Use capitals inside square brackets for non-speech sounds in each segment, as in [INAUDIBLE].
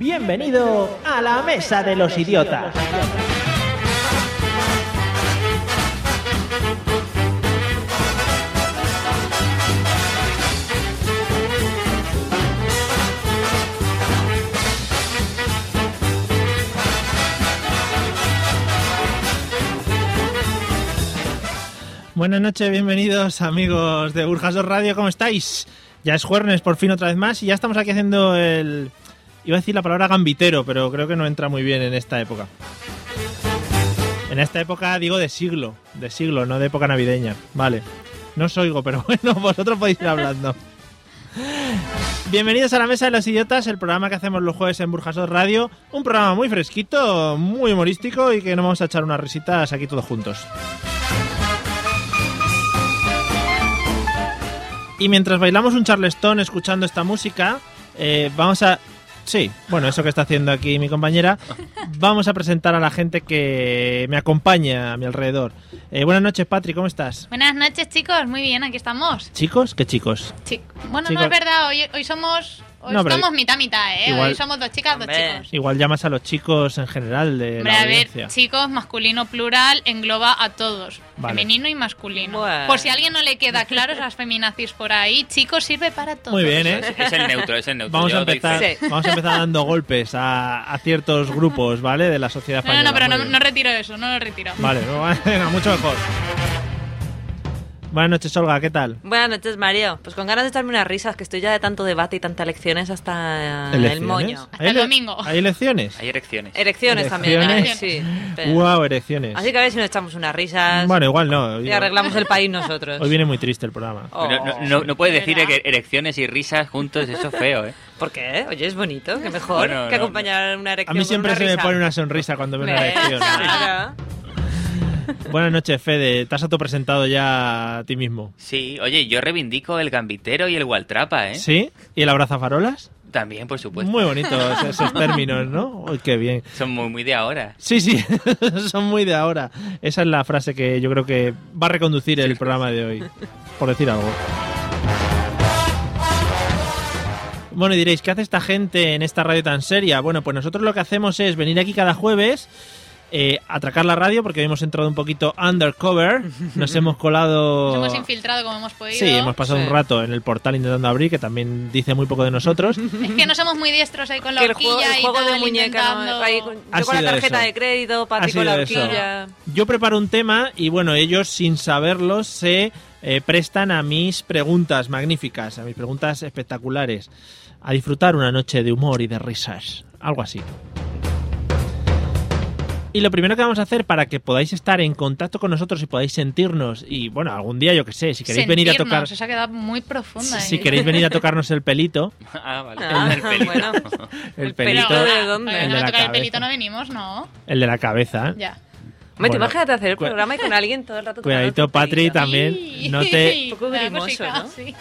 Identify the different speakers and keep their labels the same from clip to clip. Speaker 1: Bienvenido a la mesa de los idiotas. Buenas noches, bienvenidos amigos de Burjasos Radio, ¿cómo estáis? Ya es jueves, por fin otra vez más, y ya estamos aquí haciendo el... Iba a decir la palabra gambitero, pero creo que no entra muy bien en esta época. En esta época digo de siglo, de siglo, no de época navideña. Vale, no os oigo, pero [LAUGHS] bueno, vosotros podéis ir hablando. Bienvenidos a la Mesa de los Idiotas, el programa que hacemos los jueves en Burjasos Radio. Un programa muy fresquito, muy humorístico y que nos vamos a echar unas risitas aquí todos juntos. Y mientras bailamos un charleston escuchando esta música, eh, vamos a... Sí, bueno, eso que está haciendo aquí mi compañera. Vamos a presentar a la gente que me acompaña a mi alrededor. Eh, buenas noches, Patri, ¿cómo estás?
Speaker 2: Buenas noches, chicos. Muy bien, aquí estamos.
Speaker 1: ¿Chicos? ¿Qué chicos?
Speaker 2: Chi- bueno, no
Speaker 1: Chicos.
Speaker 2: es verdad. Hoy, hoy somos hoy
Speaker 1: No, pero-
Speaker 2: somos mitad mitad, ¿eh?
Speaker 1: Igual-
Speaker 2: Hoy somos dos chicas, dos
Speaker 3: Hombre.
Speaker 2: chicos.
Speaker 1: Igual llamas a los chicos en general de
Speaker 2: Hombre,
Speaker 1: la
Speaker 2: a ver,
Speaker 1: audiencia.
Speaker 2: chicos, masculino plural engloba a todos,
Speaker 1: Vale.
Speaker 2: femenino y masculino.
Speaker 3: Bueno.
Speaker 2: Por si a alguien no le queda claro esas feminazis por ahí, chicos sirve para todos.
Speaker 1: Muy bien, ¿eh?
Speaker 4: Es, es el neutro, es el neutro.
Speaker 1: Vamos
Speaker 4: Yo
Speaker 1: a,
Speaker 4: doy
Speaker 1: empezar,
Speaker 4: fe.
Speaker 3: fe.
Speaker 1: vamos a empezar dando golpes a, a ciertos
Speaker 2: [LAUGHS]
Speaker 1: grupos, ¿vale? De la sociedad
Speaker 2: No, no,
Speaker 1: española.
Speaker 2: no, pero
Speaker 1: Muy
Speaker 2: no,
Speaker 1: bien.
Speaker 2: no retiro eso, no lo retiro.
Speaker 1: Vale, [LAUGHS] bueno, mucho mejor. Buenas noches, Olga, ¿qué tal?
Speaker 3: Buenas noches, Mario. Pues con ganas de echarme unas risas, que estoy ya de tanto debate y tantas lecciones hasta Ah, el
Speaker 1: ¿Elecciones?
Speaker 3: moño.
Speaker 2: Hasta el
Speaker 1: ele-
Speaker 2: domingo.
Speaker 1: ¿Hay elecciones?
Speaker 4: Hay erecciones.
Speaker 3: Erecciones también, ¿eh?
Speaker 1: ¿Erecciones?
Speaker 3: sí. Pero-
Speaker 1: ¡Wow, erecciones!
Speaker 3: Así que a ver si nos echamos unas risas
Speaker 1: Bueno, igual no.
Speaker 3: y
Speaker 1: Hoy,
Speaker 3: arreglamos el país nosotros.
Speaker 1: hoy viene muy triste el programa.
Speaker 3: Oh,
Speaker 4: No, no, no- no puedes
Speaker 2: ¿De
Speaker 4: decir
Speaker 2: verdad?
Speaker 4: que erecciones y risas juntos, eso es feo, ¿eh?
Speaker 3: ¿Por qué? Oye, es bonito, que mejor
Speaker 4: Bueno,
Speaker 3: que
Speaker 4: no,
Speaker 3: acompañar una
Speaker 1: A
Speaker 3: erección.
Speaker 1: mí
Speaker 3: con
Speaker 1: siempre
Speaker 3: una
Speaker 1: se me
Speaker 3: risa.
Speaker 1: pone una ¿eh? sonrisa cuando veo una
Speaker 3: ¿Ves?
Speaker 1: erección.
Speaker 3: [LAUGHS] Claro.
Speaker 1: Buenas noches, Fede. Te has autopresentado ya a ti mismo.
Speaker 4: Sí, oye, yo reivindico el gambitero y el gualtrapa, ¿eh?
Speaker 1: ¿Sí? ¿Y el abrazafarolas?
Speaker 4: También, por supuesto. [LAUGHS]
Speaker 1: Muy bonitos esos términos, ¿no? Uy, qué bien.
Speaker 4: Son muy, muy de ahora.
Speaker 1: Sí, sí, [LAUGHS] son muy de ahora. Esa es la frase que yo creo que va a reconducir el programa de hoy, por decir algo. Bueno, y diréis, ¿qué hace esta gente en esta radio tan seria? Bueno, pues nosotros lo que hacemos es venir aquí cada jueves, eh, atracar la radio, porque hemos entrado un poquito undercover, nos hemos colado...
Speaker 2: Nos hemos infiltrado como hemos podido.
Speaker 1: Sí, hemos pasado
Speaker 3: Sí.
Speaker 1: un rato en el portal intentando abrir, que también dice muy poco de nosotros.
Speaker 2: Es que no somos muy diestros ahí con la
Speaker 3: Que el juego,
Speaker 2: horquilla
Speaker 3: el
Speaker 2: y
Speaker 3: juego de
Speaker 2: tal,
Speaker 3: muñeca. ¿no?
Speaker 2: intentando-
Speaker 3: Ahí con-
Speaker 1: Ha
Speaker 3: yo con la
Speaker 1: sido
Speaker 3: tarjeta
Speaker 1: eso.
Speaker 3: de crédito,
Speaker 1: Ha
Speaker 3: Patri con la
Speaker 1: sido eso.
Speaker 3: horquilla.
Speaker 1: Yo preparo un tema y bueno, ellos sin saberlo se eh, prestan a mis preguntas magníficas, a mis preguntas espectaculares, a disfrutar una noche de humor y de risas, algo así. Y lo primero que vamos a hacer para que podáis estar en contacto con nosotros y podáis sentirnos, y bueno, algún día yo que sé, si queréis venir a
Speaker 2: Sentirnos,
Speaker 1: tocar...
Speaker 2: eso Se ha quedado muy profunda.
Speaker 1: Si
Speaker 2: ¿eh?
Speaker 1: queréis venir a tocarnos el pelito,
Speaker 4: [LAUGHS] Ah, vale.
Speaker 3: Ah,
Speaker 4: el pelito.
Speaker 3: bueno.
Speaker 1: el
Speaker 2: Pero,
Speaker 1: pelito,
Speaker 3: ¿de
Speaker 2: ah,
Speaker 3: dónde?
Speaker 2: a ver,
Speaker 1: El
Speaker 2: no
Speaker 1: de
Speaker 2: me
Speaker 1: la
Speaker 2: toca el
Speaker 1: cabeza.
Speaker 2: pelito, no venimos, ¿no.
Speaker 1: el de la cabeza.
Speaker 2: Ya.
Speaker 3: Homete,
Speaker 1: Bueno,
Speaker 3: imagínate hacer el
Speaker 1: cu-
Speaker 3: programa y con alguien todo el rato.
Speaker 1: Cuidadito,
Speaker 3: tocando el
Speaker 1: Patri,
Speaker 3: pelito.
Speaker 1: también.
Speaker 2: [LAUGHS]
Speaker 1: No te,
Speaker 2: Un
Speaker 3: poco grimoso, ¿no?
Speaker 2: Sí.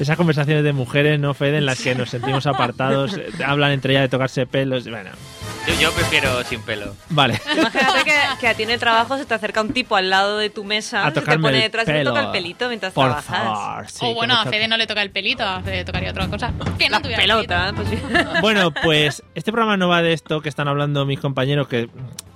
Speaker 1: Esas conversaciones de mujeres, ¿no, Fede? En las que nos sentimos apartados, eh, hablan entre ellas de tocarse pelos. Bueno,
Speaker 4: [LAUGHS] Yo, yo prefiero sin pelo.
Speaker 3: [LAUGHS]
Speaker 1: vale.
Speaker 3: Imagínate que, que a ti en el trabajo se te acerca un tipo al lado de tu mesa,
Speaker 1: A
Speaker 3: se
Speaker 1: tocarme
Speaker 3: te pone
Speaker 1: el
Speaker 3: detrás y
Speaker 1: pelo.
Speaker 3: te toca el pelito mientras
Speaker 1: Por
Speaker 3: trabajas.
Speaker 1: favor, sí,
Speaker 2: o
Speaker 1: que
Speaker 2: bueno,
Speaker 1: me
Speaker 2: a
Speaker 1: toque.
Speaker 2: Fede no le toca el pelito, a Fede tocaría otra cosa. Que no
Speaker 3: La
Speaker 2: tuviera
Speaker 3: pelota, pues sí.
Speaker 2: [LAUGHS]
Speaker 1: Bueno, pues este programa no va de esto que están hablando mis compañeros, que,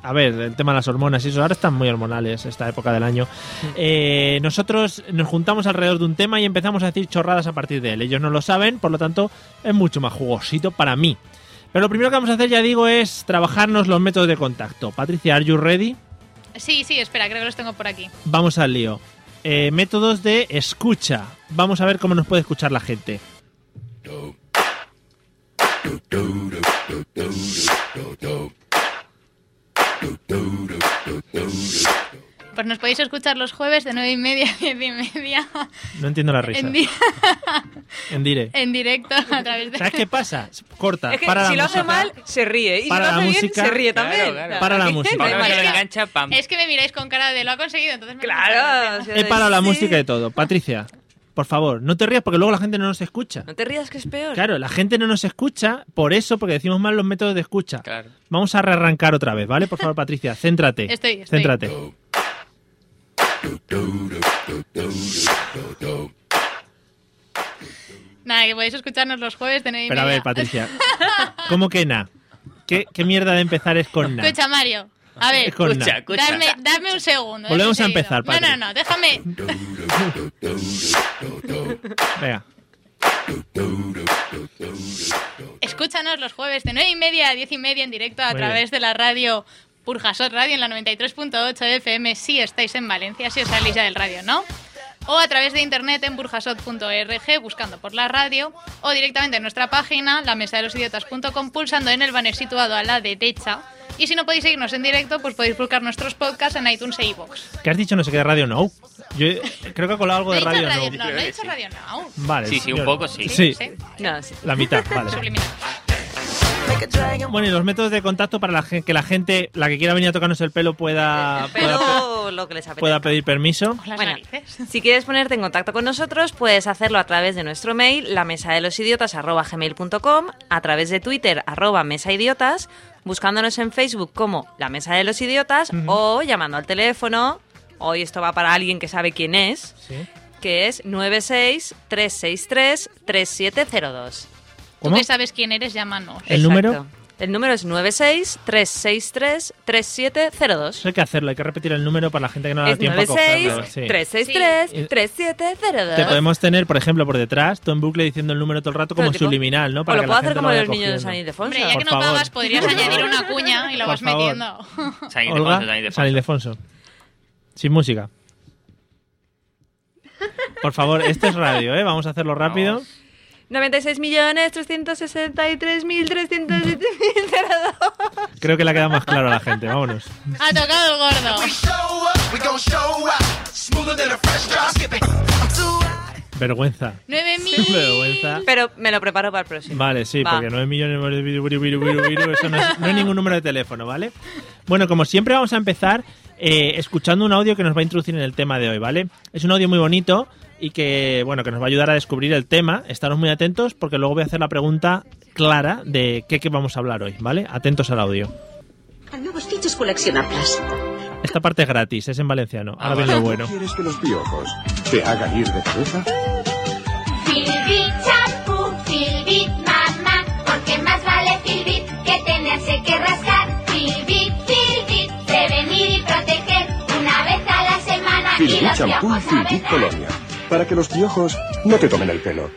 Speaker 1: a ver, el tema de las hormonas y eso, ahora están muy hormonales esta época del año. Eh, nosotros nos juntamos alrededor de un tema y empezamos a decir chorradas a partir de él. Ellos no lo saben, por lo tanto, es mucho más jugosito para mí. Pero lo primero que vamos a hacer, ya digo, es trabajarnos los métodos de contacto. Patricia, ¿are you ready?
Speaker 2: pelito. Sí, sí, espera, creo que los tengo por aquí.
Speaker 1: Vamos al lío. Eh, métodos de escucha. Vamos a ver cómo nos puede escuchar la gente.
Speaker 2: Pues nos podéis escuchar los jueves de 9 y media [LAUGHS] a 10 y media
Speaker 1: No entiendo la risa.
Speaker 2: en, di- [LAUGHS]
Speaker 1: En dire.
Speaker 2: en directo a través de...
Speaker 1: ¿Sabes qué pasa? Corta.
Speaker 3: Es que
Speaker 1: para
Speaker 3: si
Speaker 1: la
Speaker 3: lo hace
Speaker 1: música.
Speaker 3: mal, se ríe. Y
Speaker 1: Para
Speaker 3: si
Speaker 1: la
Speaker 3: lo hace
Speaker 1: música.
Speaker 3: bien, se ríe
Speaker 4: Claro,
Speaker 3: también.
Speaker 4: claro.
Speaker 1: Para la
Speaker 3: Aquí
Speaker 1: música.
Speaker 3: no hay
Speaker 4: Ahora que lo
Speaker 3: manera.
Speaker 4: engancha, pam.
Speaker 2: Es que me miráis con cara de lo ha conseguido, entonces me
Speaker 3: Claro. o sea,
Speaker 1: He parado Eh, la
Speaker 3: eh, sí.
Speaker 1: música y todo. Patricia, por favor, no te rías porque luego la gente no nos escucha.
Speaker 3: No te rías que es peor.
Speaker 1: Claro, la gente no nos escucha por eso, porque decimos mal los métodos de escucha.
Speaker 4: Claro.
Speaker 1: Vamos a rearrancar otra vez, ¿vale? Por favor, Patricia,
Speaker 3: [LAUGHS]
Speaker 1: céntrate.
Speaker 2: Estoy, estoy.
Speaker 1: Céntrate.
Speaker 2: Nada, que podéis escucharnos los jueves de 9 y
Speaker 1: Pero a
Speaker 2: media.
Speaker 1: ver, Patricia. ¿Cómo que na? ¿Qué, qué mierda de empezar es con na?
Speaker 2: Escucha, Mario. A ver,
Speaker 1: Es con na.
Speaker 4: Escucha, escucha.
Speaker 2: dame, dame un segundo. dame
Speaker 1: Volvemos
Speaker 2: un
Speaker 1: a
Speaker 2: seguido.
Speaker 1: empezar, Patri.
Speaker 2: No, no, no, déjame.
Speaker 1: Venga.
Speaker 2: Escúchanos los jueves de 9 y media a 10 y media en directo a
Speaker 1: Muy
Speaker 2: través de la radio Purjasot Radio en la 93.8 FM si estáis en Valencia, si os salís ya del radio, ¿no? O a través de internet en burjasot.org buscando por la radio o directamente en nuestra página la mesa de los idiotas.com pulsando en el banner situado a la derecha. Y si no podéis seguirnos en directo, pues podéis buscar nuestros podcasts en iTunes e iVoox.
Speaker 1: ¿Qué has dicho? No sé qué de Radio Now. Yo creo que ha colado algo
Speaker 2: No he
Speaker 1: de
Speaker 2: dicho
Speaker 1: Radio
Speaker 2: radio,
Speaker 1: Now.
Speaker 2: no, no he
Speaker 4: Sí,
Speaker 2: dicho
Speaker 4: sí.
Speaker 2: radio, no.
Speaker 1: Vale.
Speaker 4: Sí, sí,
Speaker 1: yo-
Speaker 4: un poco sí.
Speaker 1: Sí,
Speaker 3: No, sí.
Speaker 1: la mitad,
Speaker 3: [LAUGHS]
Speaker 1: vale.
Speaker 2: subliminal.
Speaker 1: Bueno, y los métodos de contacto para la gen- que la gente, la que quiera venir a tocarnos el pelo, pueda, pueda,
Speaker 3: Pero lo que les apetece.
Speaker 1: pueda pedir permiso.
Speaker 2: Con las
Speaker 3: Bueno.
Speaker 2: narices.
Speaker 3: Si quieres ponerte en contacto con nosotros, puedes hacerlo a través de nuestro mail, la mesa de los idiotas a través de Twitter, arroba mesaidiotas, buscándonos en Facebook como la mesa de los idiotas o llamando al teléfono. Hoy esto va para alguien que sabe quién es,
Speaker 1: Sí.
Speaker 3: que es 963633702.
Speaker 2: Tú
Speaker 1: ¿Cómo?
Speaker 2: que sabes quién eres, llámanos.
Speaker 1: ¿El
Speaker 3: Exacto.
Speaker 1: número?
Speaker 3: El número es 963633702.
Speaker 1: Eso hay que hacerlo, hay que repetir el número para la gente que no le da
Speaker 3: Es
Speaker 1: Ah, tiempo a cogerlo. sí.
Speaker 3: 963633702.
Speaker 1: Te podemos tener, por ejemplo, por detrás, tú en bucle diciendo el número todo el rato como
Speaker 3: Pero, tipo,
Speaker 1: subliminal, ¿no?
Speaker 3: O lo
Speaker 1: que
Speaker 3: puedo
Speaker 1: la
Speaker 3: hacer
Speaker 1: gente
Speaker 3: como
Speaker 1: vaya
Speaker 3: los niños de
Speaker 1: cogiendo.
Speaker 3: San Ildefonso.
Speaker 2: Hombre, ya
Speaker 1: Por
Speaker 2: que no
Speaker 1: favor.
Speaker 2: pagas, podrías
Speaker 1: Por
Speaker 2: añadir
Speaker 1: favor.
Speaker 2: una cuña y la
Speaker 1: Por
Speaker 2: vas
Speaker 1: favor.
Speaker 2: metiendo.
Speaker 4: San Ildefonso, San
Speaker 1: Olga,
Speaker 4: Ildefonso.
Speaker 1: San Ildefonso. Sin música. Por favor, esto es radio, ¿eh? Vamos a hacerlo rápido.
Speaker 3: 96 millones 363 mil 307
Speaker 1: Creo que le ha quedado más claro a la gente, vámonos.
Speaker 2: Ha tocado el
Speaker 1: [LAUGHS]
Speaker 2: gordo.
Speaker 5: We gon' show up smoother than a fresh drop. Skip it. I'm too high.
Speaker 1: Vergüenza. Qué
Speaker 2: 9000.
Speaker 1: vergüenza.
Speaker 3: Pero me lo preparo para el próximo.
Speaker 1: Vale, sí,
Speaker 3: Va.
Speaker 1: porque 9 millones de viru, viru, viru, viru, viru, eso no es, no es ningún número de teléfono, ¿vale? Bueno, como siempre vamos a empezar eh, escuchando un audio que nos va a introducir en el tema de hoy, ¿vale? Es un audio muy bonito y que, bueno, que nos va a ayudar a descubrir el tema. Estaros muy atentos porque luego voy a hacer la pregunta clara de qué, qué vamos a hablar hoy, ¿vale? Atentos al audio.
Speaker 6: A nuevos fichos coleccionables.
Speaker 1: Esta parte es gratis, es en valenciano.
Speaker 4: Ah,
Speaker 1: Ahora bien lo
Speaker 4: vale.
Speaker 1: bueno.
Speaker 7: ¿Quieres que los piojos te hagan ir de cabeza?
Speaker 8: Filbit, champú, Filbit, mamá, porque más vale Filbit que tenerse que rascar. Filbit, Filbit, prevenir y proteger una vez a la semana. y
Speaker 7: Filbit
Speaker 8: los
Speaker 7: champú y
Speaker 8: piojos
Speaker 7: Filbit
Speaker 8: saben
Speaker 7: colonia. Para que los piojos no te tomen el pelo.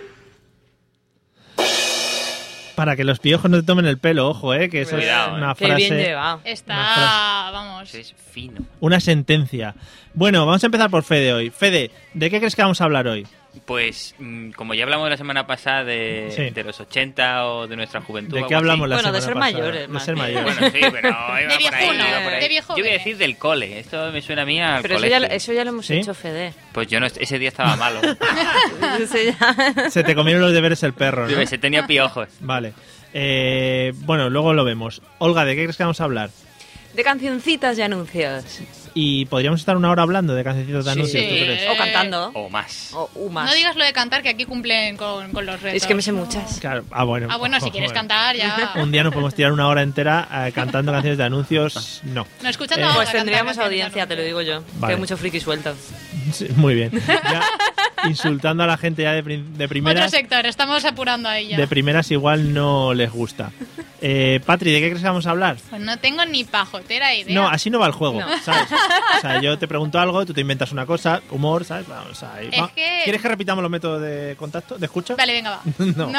Speaker 1: Para que los piojos no te tomen el pelo, ojo, ¿eh? Que eso
Speaker 4: Cuidado,
Speaker 1: es
Speaker 4: ¿eh?
Speaker 1: una
Speaker 3: Qué bien
Speaker 1: frase
Speaker 3: llevado.
Speaker 1: Una
Speaker 2: Está,
Speaker 1: frase.
Speaker 2: vamos.
Speaker 4: Es fino.
Speaker 1: Una sentencia. Bueno, vamos a empezar por Fede hoy. Fede, ¿de qué crees que vamos a hablar hoy?
Speaker 4: Pues, mm, como ya hablamos la semana pasada de,
Speaker 1: Sí.
Speaker 4: de los 80 o de nuestra juventud.
Speaker 1: ¿De
Speaker 4: o
Speaker 1: qué
Speaker 4: algo
Speaker 1: hablamos la
Speaker 3: Bueno, de
Speaker 1: semana
Speaker 3: ser
Speaker 1: pasada?
Speaker 3: mayores,
Speaker 1: De
Speaker 2: eh,
Speaker 3: más
Speaker 1: ser
Speaker 3: bien.
Speaker 4: así.
Speaker 1: mayores.
Speaker 4: Bueno, sí,
Speaker 3: [LAUGHS]
Speaker 4: pero iba
Speaker 2: De
Speaker 4: por ahí,
Speaker 2: viejuno,
Speaker 4: iba por ahí.
Speaker 2: de viejo
Speaker 4: Yo voy a
Speaker 2: bebé.
Speaker 4: decir del cole. Esto me suena a mí al
Speaker 3: Pero eso ya,
Speaker 4: colegio.
Speaker 3: eso ya lo hemos
Speaker 1: ¿Sí?
Speaker 3: hecho, Fede.
Speaker 4: Pues yo no, ese día estaba malo.
Speaker 3: [LAUGHS] Eso
Speaker 1: [LAUGHS]
Speaker 3: ya-
Speaker 1: Se te comieron los deberes el perro, ¿no?
Speaker 4: Se tenía piojos.
Speaker 1: Vale. Eh, bueno, luego lo vemos. Olga, ¿de qué crees que vamos a hablar?
Speaker 3: De cancioncitas y anuncios.
Speaker 1: Y podríamos estar una hora hablando de cancioncitos de
Speaker 4: Sí.
Speaker 1: anuncios, ¿tú
Speaker 2: Sí.
Speaker 1: crees?
Speaker 3: O cantando.
Speaker 4: O más.
Speaker 3: O umas.
Speaker 2: No digas lo de cantar, que aquí cumplen con, con los retos.
Speaker 3: Es que me sé muchas.
Speaker 1: Claro. Ah, bueno.
Speaker 2: Ah, bueno, si quieres cantar, ya.
Speaker 1: [LAUGHS] Un día nos podemos tirar una hora entera eh, cantando canciones de anuncios. No.
Speaker 2: No, escuchando
Speaker 1: Eh,
Speaker 2: ahora
Speaker 3: Pues
Speaker 2: cantar
Speaker 3: tendríamos
Speaker 2: canciones
Speaker 3: audiencia, te lo digo yo.
Speaker 1: Vale.
Speaker 3: Que hay mucho friki suelto.
Speaker 1: [LAUGHS] Sí, muy bien. Ya insultando a la gente ya de, prim- de
Speaker 2: Otro
Speaker 1: primeras.
Speaker 2: sector, estamos apurando ahí ya.
Speaker 1: De primeras igual no les
Speaker 2: [LAUGHS]
Speaker 1: gusta. Eh, Patri, ¿de qué crees que vamos a hablar?
Speaker 2: Pues no tengo ni pajotera idea.
Speaker 1: No, así no va el juego,
Speaker 3: No.
Speaker 2: [LAUGHS]
Speaker 1: ¿sabes? O sea, yo te pregunto algo, tú te inventas una cosa, humor, ¿sabes? Vamos ahí.
Speaker 2: Es
Speaker 1: Va.
Speaker 2: que-
Speaker 1: ¿Quieres que repitamos los métodos de contacto, de escucha?
Speaker 2: Vale, venga, va.
Speaker 1: [LAUGHS] No.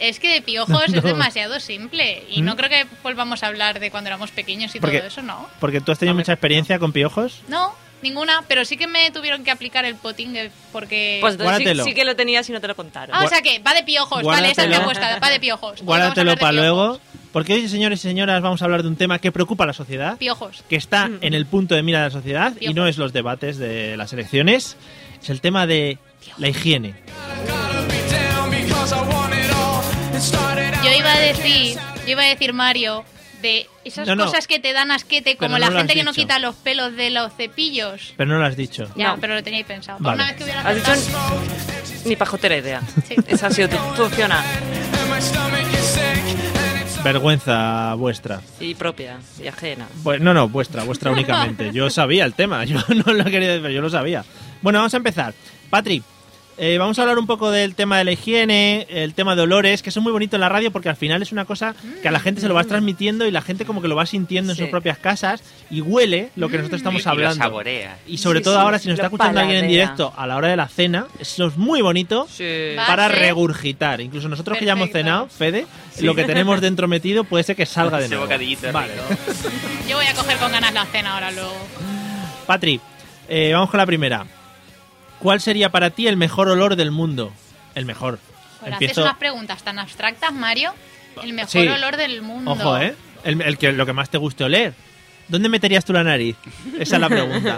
Speaker 2: es que de piojos
Speaker 1: No.
Speaker 2: es demasiado simple. Y
Speaker 1: ¿Mm?
Speaker 2: no creo que volvamos a hablar de cuando éramos pequeños y
Speaker 1: Porque-
Speaker 2: todo eso, ¿no?
Speaker 1: Porque tú has tenido mucha experiencia con piojos.
Speaker 2: No, ninguna, pero sí que me tuvieron que aplicar el potingue porque...
Speaker 3: Pues entonces
Speaker 1: Guárdatelo.
Speaker 3: sí, sí que lo tenías y no te lo contaron.
Speaker 2: ah, o sea que va de piojos, vale, esa es mi
Speaker 1: guárdatelo.
Speaker 2: apuesta, va de piojos. Hoy vamos a
Speaker 1: Guárdatelo
Speaker 2: hablar de
Speaker 1: para
Speaker 2: piojos.
Speaker 1: luego, Porque hoy, señores y señoras, vamos a hablar de un tema que preocupa a la sociedad,
Speaker 2: Piojos.
Speaker 1: que está en el punto de mira de la sociedad y no es los debates de las elecciones, es el tema de la higiene.
Speaker 2: Yo iba a decir, yo iba a decir Mario, de esas
Speaker 1: No, no.
Speaker 2: cosas que te dan asquete, como
Speaker 1: Pero
Speaker 2: la
Speaker 1: no lo has
Speaker 2: gente que no
Speaker 1: dicho.
Speaker 2: quita los pelos de los cepillos.
Speaker 1: Pero no lo has dicho.
Speaker 2: Ya,
Speaker 3: No.
Speaker 2: pero lo teníais pensado.
Speaker 1: Vale.
Speaker 2: Una vez que hubiera
Speaker 3: Has dicho
Speaker 2: acertado-
Speaker 3: ni pajotera idea.
Speaker 2: Sí.
Speaker 3: Esa ha sido tu, tu opción A.
Speaker 1: Vergüenza vuestra.
Speaker 3: Y propia, y ajena.
Speaker 1: Pues, no, no, vuestra, vuestra únicamente. Yo sabía el tema, yo [LAUGHS] no lo quería decir, pero yo lo sabía. Bueno, vamos a empezar. Patri, eh, vamos a hablar un poco del tema de la higiene, el tema de olores, que eso es muy bonito en la radio porque al final es una cosa que a la gente se lo vas transmitiendo y la gente como que lo va sintiendo en
Speaker 3: Sí.
Speaker 1: sus propias casas y huele lo que nosotros
Speaker 4: Mm. Y-
Speaker 1: estamos
Speaker 4: y lo
Speaker 1: hablando.
Speaker 4: saborea.
Speaker 1: Y sobre
Speaker 3: Sí,
Speaker 1: todo
Speaker 3: sí,
Speaker 1: ahora, si nos
Speaker 3: lo
Speaker 1: está escuchando alguien en
Speaker 3: paladea.
Speaker 1: directo a la hora de la cena, eso es muy bonito
Speaker 3: Sí.
Speaker 2: Va.
Speaker 1: para
Speaker 2: sí.
Speaker 1: regurgitar. Incluso nosotros que ya hemos
Speaker 2: Perfecto.
Speaker 1: cenado, Fede, lo que tenemos dentro metido puede ser que salga de
Speaker 4: Ese
Speaker 1: nuevo.
Speaker 4: bocadillito
Speaker 1: Vale.
Speaker 4: rico.
Speaker 2: Yo voy a coger con ganas la cena ahora luego.
Speaker 1: Patri, eh, vamos con la primera. ¿Cuál sería para ti el mejor olor del mundo? El mejor.
Speaker 2: Ahora, haces unas preguntas tan abstractas, Mario. El mejor
Speaker 1: Sí.
Speaker 2: olor del mundo.
Speaker 1: Ojo, ¿eh? El, el que, lo que más te guste oler. ¿Dónde meterías tú la nariz? Esa es la pregunta.